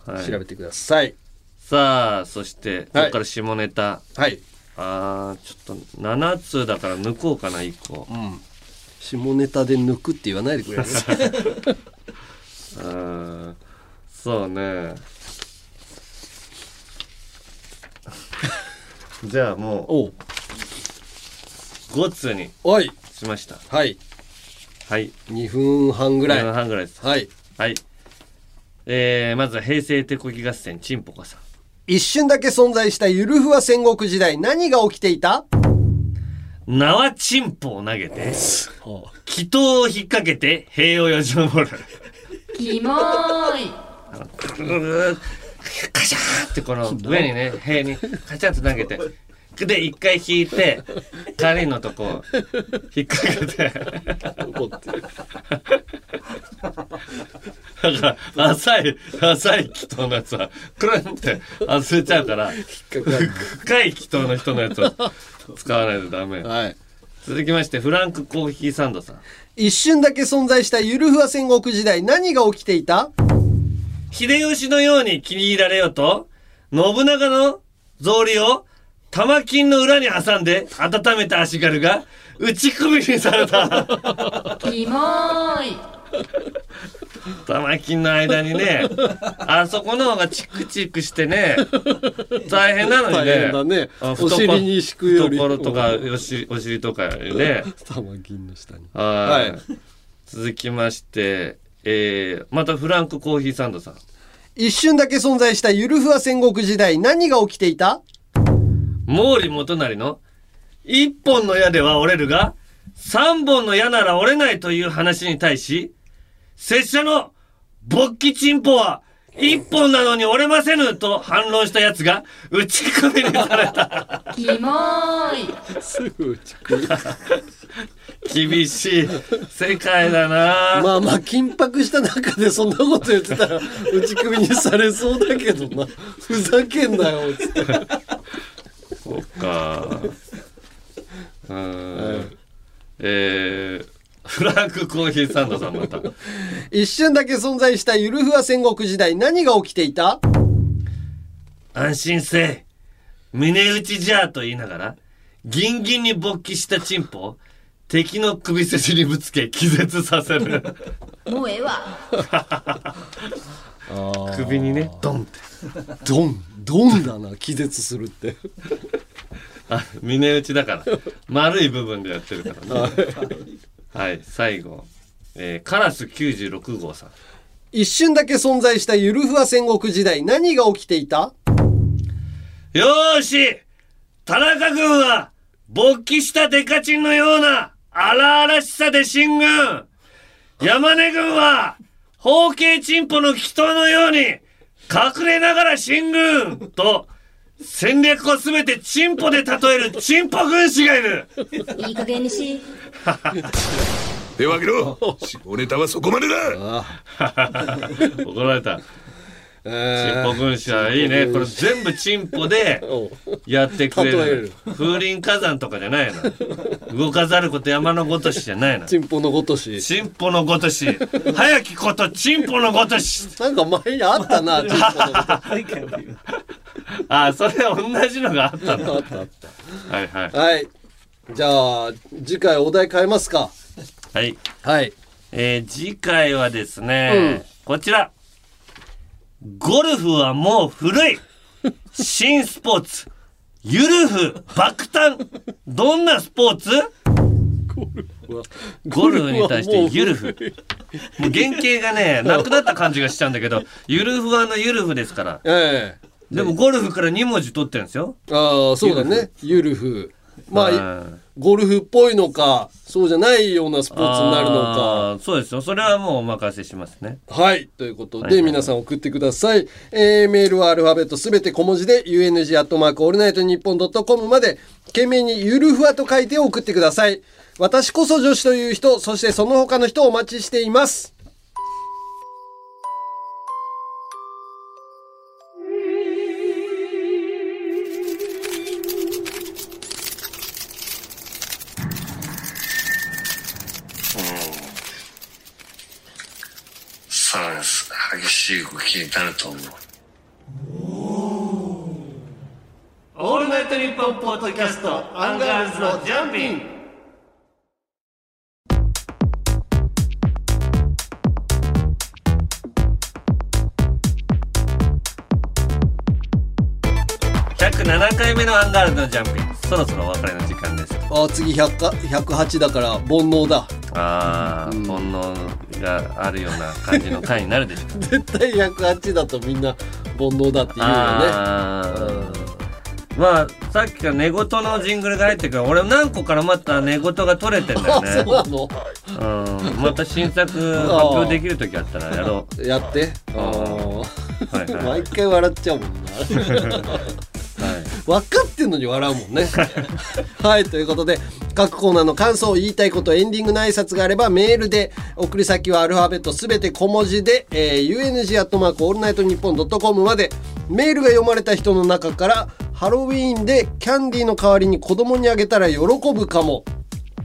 Speaker 3: はい調べてください
Speaker 2: さあそしてここから下ネタ
Speaker 3: はい
Speaker 2: あーちょっと7つだから抜こうかな1個
Speaker 3: 下ネタで抜くって言わない でくれる
Speaker 2: うんそうね じゃあもう5つに
Speaker 3: おい
Speaker 2: しました
Speaker 3: はい
Speaker 2: はい
Speaker 3: 2分半ぐらい
Speaker 2: 2分半ぐらいです
Speaker 3: はい、
Speaker 2: はいえー、まずは平成手こぎ合戦チンポコさん
Speaker 3: 一瞬だけ存在したゆるふわ戦国時代何が起きていた
Speaker 2: 縄チンポを投げて祈祷を引っ掛けて塀をよじ登る
Speaker 8: キモーい
Speaker 2: ぐるぐるカシャーってこの上にね塀にカチャッと投げてで一回引いて狩りのとこを引っ掛けて
Speaker 3: 怒ってる
Speaker 2: だから浅い浅い祈祷のやつはクルンって忘れちゃうから深い祈祷の人のやつを使わないとダメ、続きましてフランクコーヒーサンドさん
Speaker 3: 一瞬だけ存在したゆるふわ戦国時代何が起きていた
Speaker 2: 秀吉のように気に入られようと、信長の草履を玉金の裏に挟んで温めた足軽が打ち首にされた。
Speaker 8: キモーい
Speaker 2: 玉金の間にね、あそこの方がチクチクしてね、大変なのにね。
Speaker 3: 大変だね
Speaker 2: あ
Speaker 3: お尻に敷くより
Speaker 2: 懐とか、お尻お尻とかよりね。
Speaker 3: 玉銀の下に
Speaker 2: はい
Speaker 3: はい
Speaker 2: 続きまして、えー、またフランクコーヒーサンドさん。
Speaker 3: 一瞬だけ存在したゆるふわ戦国時代何が起きていた
Speaker 2: 毛利元就の一本の矢では折れるが、三本の矢なら折れないという話に対し、拙者の勃起チンポは一本なのに折れませぬと反論した奴が打ち首にされた。
Speaker 8: キモーい
Speaker 3: すぐ打ち首
Speaker 2: 厳しい世界だな
Speaker 3: まあまあ緊迫した中でそんなこと言って たら打ち首にされそうだけどなふざけんなよっつって
Speaker 2: そっか。うーん。えー、フランクコーヒーサンドさんまた。
Speaker 3: 一瞬だけ存在したゆるふわ戦国時代何が起きていた
Speaker 2: 安心せい。胸打ちじゃあと言いながら、ギンギンに勃起したチンポを敵の首筋にぶつけ気絶させる。
Speaker 8: もうええわ
Speaker 2: 首にね、ドンって。
Speaker 3: ドンドンだな気絶するって
Speaker 2: あ、胸打ちだから。丸い部分でやってるからね。はい、最後。えーカラス96号さん。
Speaker 3: 一瞬だけ存在したゆるふわ戦国時代何が起きていた
Speaker 2: よーし田中君は、勃起したデカチンのような荒々しさで進軍山根君は、方形チンポの祈祷のように、隠れながら進軍と、戦略をすべてチンポで例えるチンポ軍師がいる
Speaker 13: いい加減にし
Speaker 12: 手を挙げろ死亡ネタはそこまでだ
Speaker 2: 怒られたチンポ軍師はいいねこれ全部チンポでやってくれ
Speaker 3: 例え
Speaker 2: る
Speaker 3: る
Speaker 2: 風林火山とかじゃないの動かざること山のごとしじゃないのチンポのごとしチンポのご とし早きことチンポのごとし
Speaker 3: なんか前にあっ たな、チンポのこと。
Speaker 2: あそれ同じのがあったんだ
Speaker 3: あったあっ
Speaker 2: はいはい
Speaker 3: はい。じゃあ、次回お題変えますか。
Speaker 2: はい。
Speaker 3: はい。
Speaker 2: えー次回はですね、こちら。ゴルフはもう古い新スポーツゆるふ爆誕どんなスポーツゴルフに対してゆる ふもう原型がねなくなった感じがしちゃうんだけどゆるふはあのゆるふですから、でもゴルフから2文字取ってるんですよ
Speaker 3: ああ、そうだね。ゆるふ。まあ、ゴルフっぽいのか、そうじゃないようなスポーツになるのか。
Speaker 2: あーそうですよそれはもうお任せしますね
Speaker 3: はい。ということ
Speaker 2: はい
Speaker 3: で、皆さん送ってください。えーメールはアルファベットすべて小文字で、UNG アットマークオールナイトニッポンドットコムまで、懸命にゆるふわと書いて送ってください。私こそ女子という人、そしてその他の人をお待ちしています。
Speaker 14: さらに激しい動きになると思う。
Speaker 11: オールナイトニッポンポッドキャストアンガールズのジャンピン
Speaker 2: 107回目のアンガールズのジャンピンそろそろお別れの時間です
Speaker 3: あー次100か、108だから、煩悩だ。
Speaker 2: ああ、煩悩があるような感じの回になるでしょう
Speaker 3: 絶対108だとみんな、煩悩だって言うよね。
Speaker 2: あーまあさっきから寝言のジングルが入ってくるから俺何個からまた寝言が取れてんだよ
Speaker 3: あ、そうな
Speaker 2: ね
Speaker 3: の
Speaker 2: うんまた新作発表できる時あったらやろう
Speaker 3: やって。
Speaker 2: うんはいはい
Speaker 3: 毎回笑っちゃうもんな。分かってんのに笑うもんね。はい、ということで、各コーナーの感想、言いたいこと、エンディングの挨拶があれば、メールで、送り先はアルファベットすべて小文字で、えー、UNG アットマークオールナイトニッポンドットコムまで、メールが読まれた人の中から、ハロウィーンでキャンディーの代わりに子供にあげたら喜ぶかも。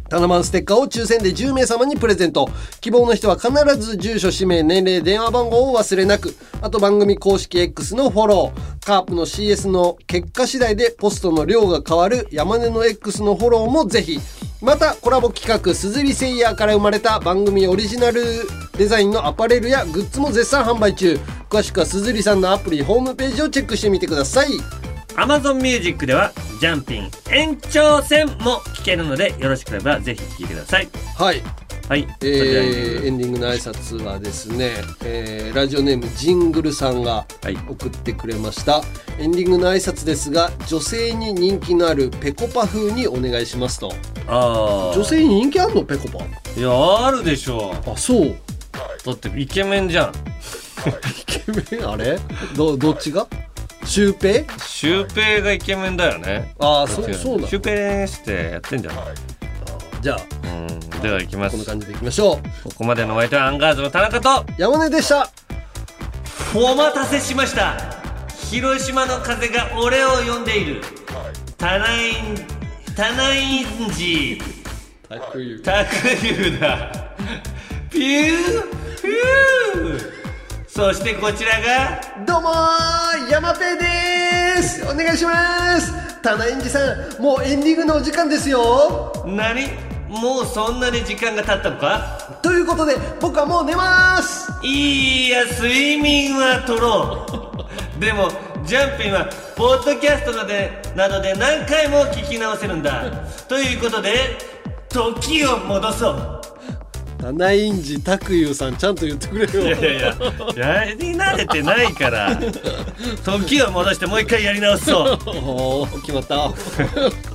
Speaker 3: タナマンステッカーを抽選で10名様にプレゼント希望の人は必ず住所氏名年齢電話番号を忘れなくあと番組公式 X のフォローカープの CS の結果次第でポストの量が変わる山根の X のフォローもぜひまたコラボ企画「すずりセイヤー」から生まれた番組オリジナルデザインのアパレルやグッズも絶賛販売中詳しくはすずりさんのアプリホームページをチェックしてみてください
Speaker 2: Amazon Music ではジャンピン延長戦も聞けるのでよろしければぜひ聞いてください
Speaker 3: はい
Speaker 2: はい、
Speaker 3: えーエンディングの挨拶はですね、えーラジオネームジングルさんが送ってくれました、エンディングの挨拶ですが女性に人気のあるペコパ風にお願いしますと
Speaker 2: ああ
Speaker 3: 女性に人気あんのペコパ
Speaker 2: いやあるでしょ
Speaker 3: あそう
Speaker 2: だってイケメンじゃん
Speaker 3: イケメン あれどどっちがシュウペイ
Speaker 2: シュウペイがイケメンだよね
Speaker 3: あーそうそうなの
Speaker 2: シュウペイしてやってんじゃない
Speaker 3: じゃあ
Speaker 2: うんでは行きます
Speaker 3: こんな感じでいきましょ
Speaker 2: うここまでのお相手はアンガールズの田中と
Speaker 3: 山根でした
Speaker 2: お待たせしました広島の風が俺を呼んでいるタナインタナインジ
Speaker 3: タクユ
Speaker 2: タクユだピューピューそしてこちらが
Speaker 3: どうもー山ペイでーすお願いしますタナインジさんもうエンディングのお時間ですよ
Speaker 2: 何もうそんなに時間が経ったのか
Speaker 3: ということで僕はもう寝ます
Speaker 2: いいや睡眠は取ろうでもジャンピンはポッドキャストなどでなどで何回も聞き直せるんだということで時を戻そう
Speaker 3: タナインジタクユさんちゃんと言ってくれよ
Speaker 2: いやいやいややり慣れてないから時を戻してもう一回やり直そう
Speaker 3: おー決まった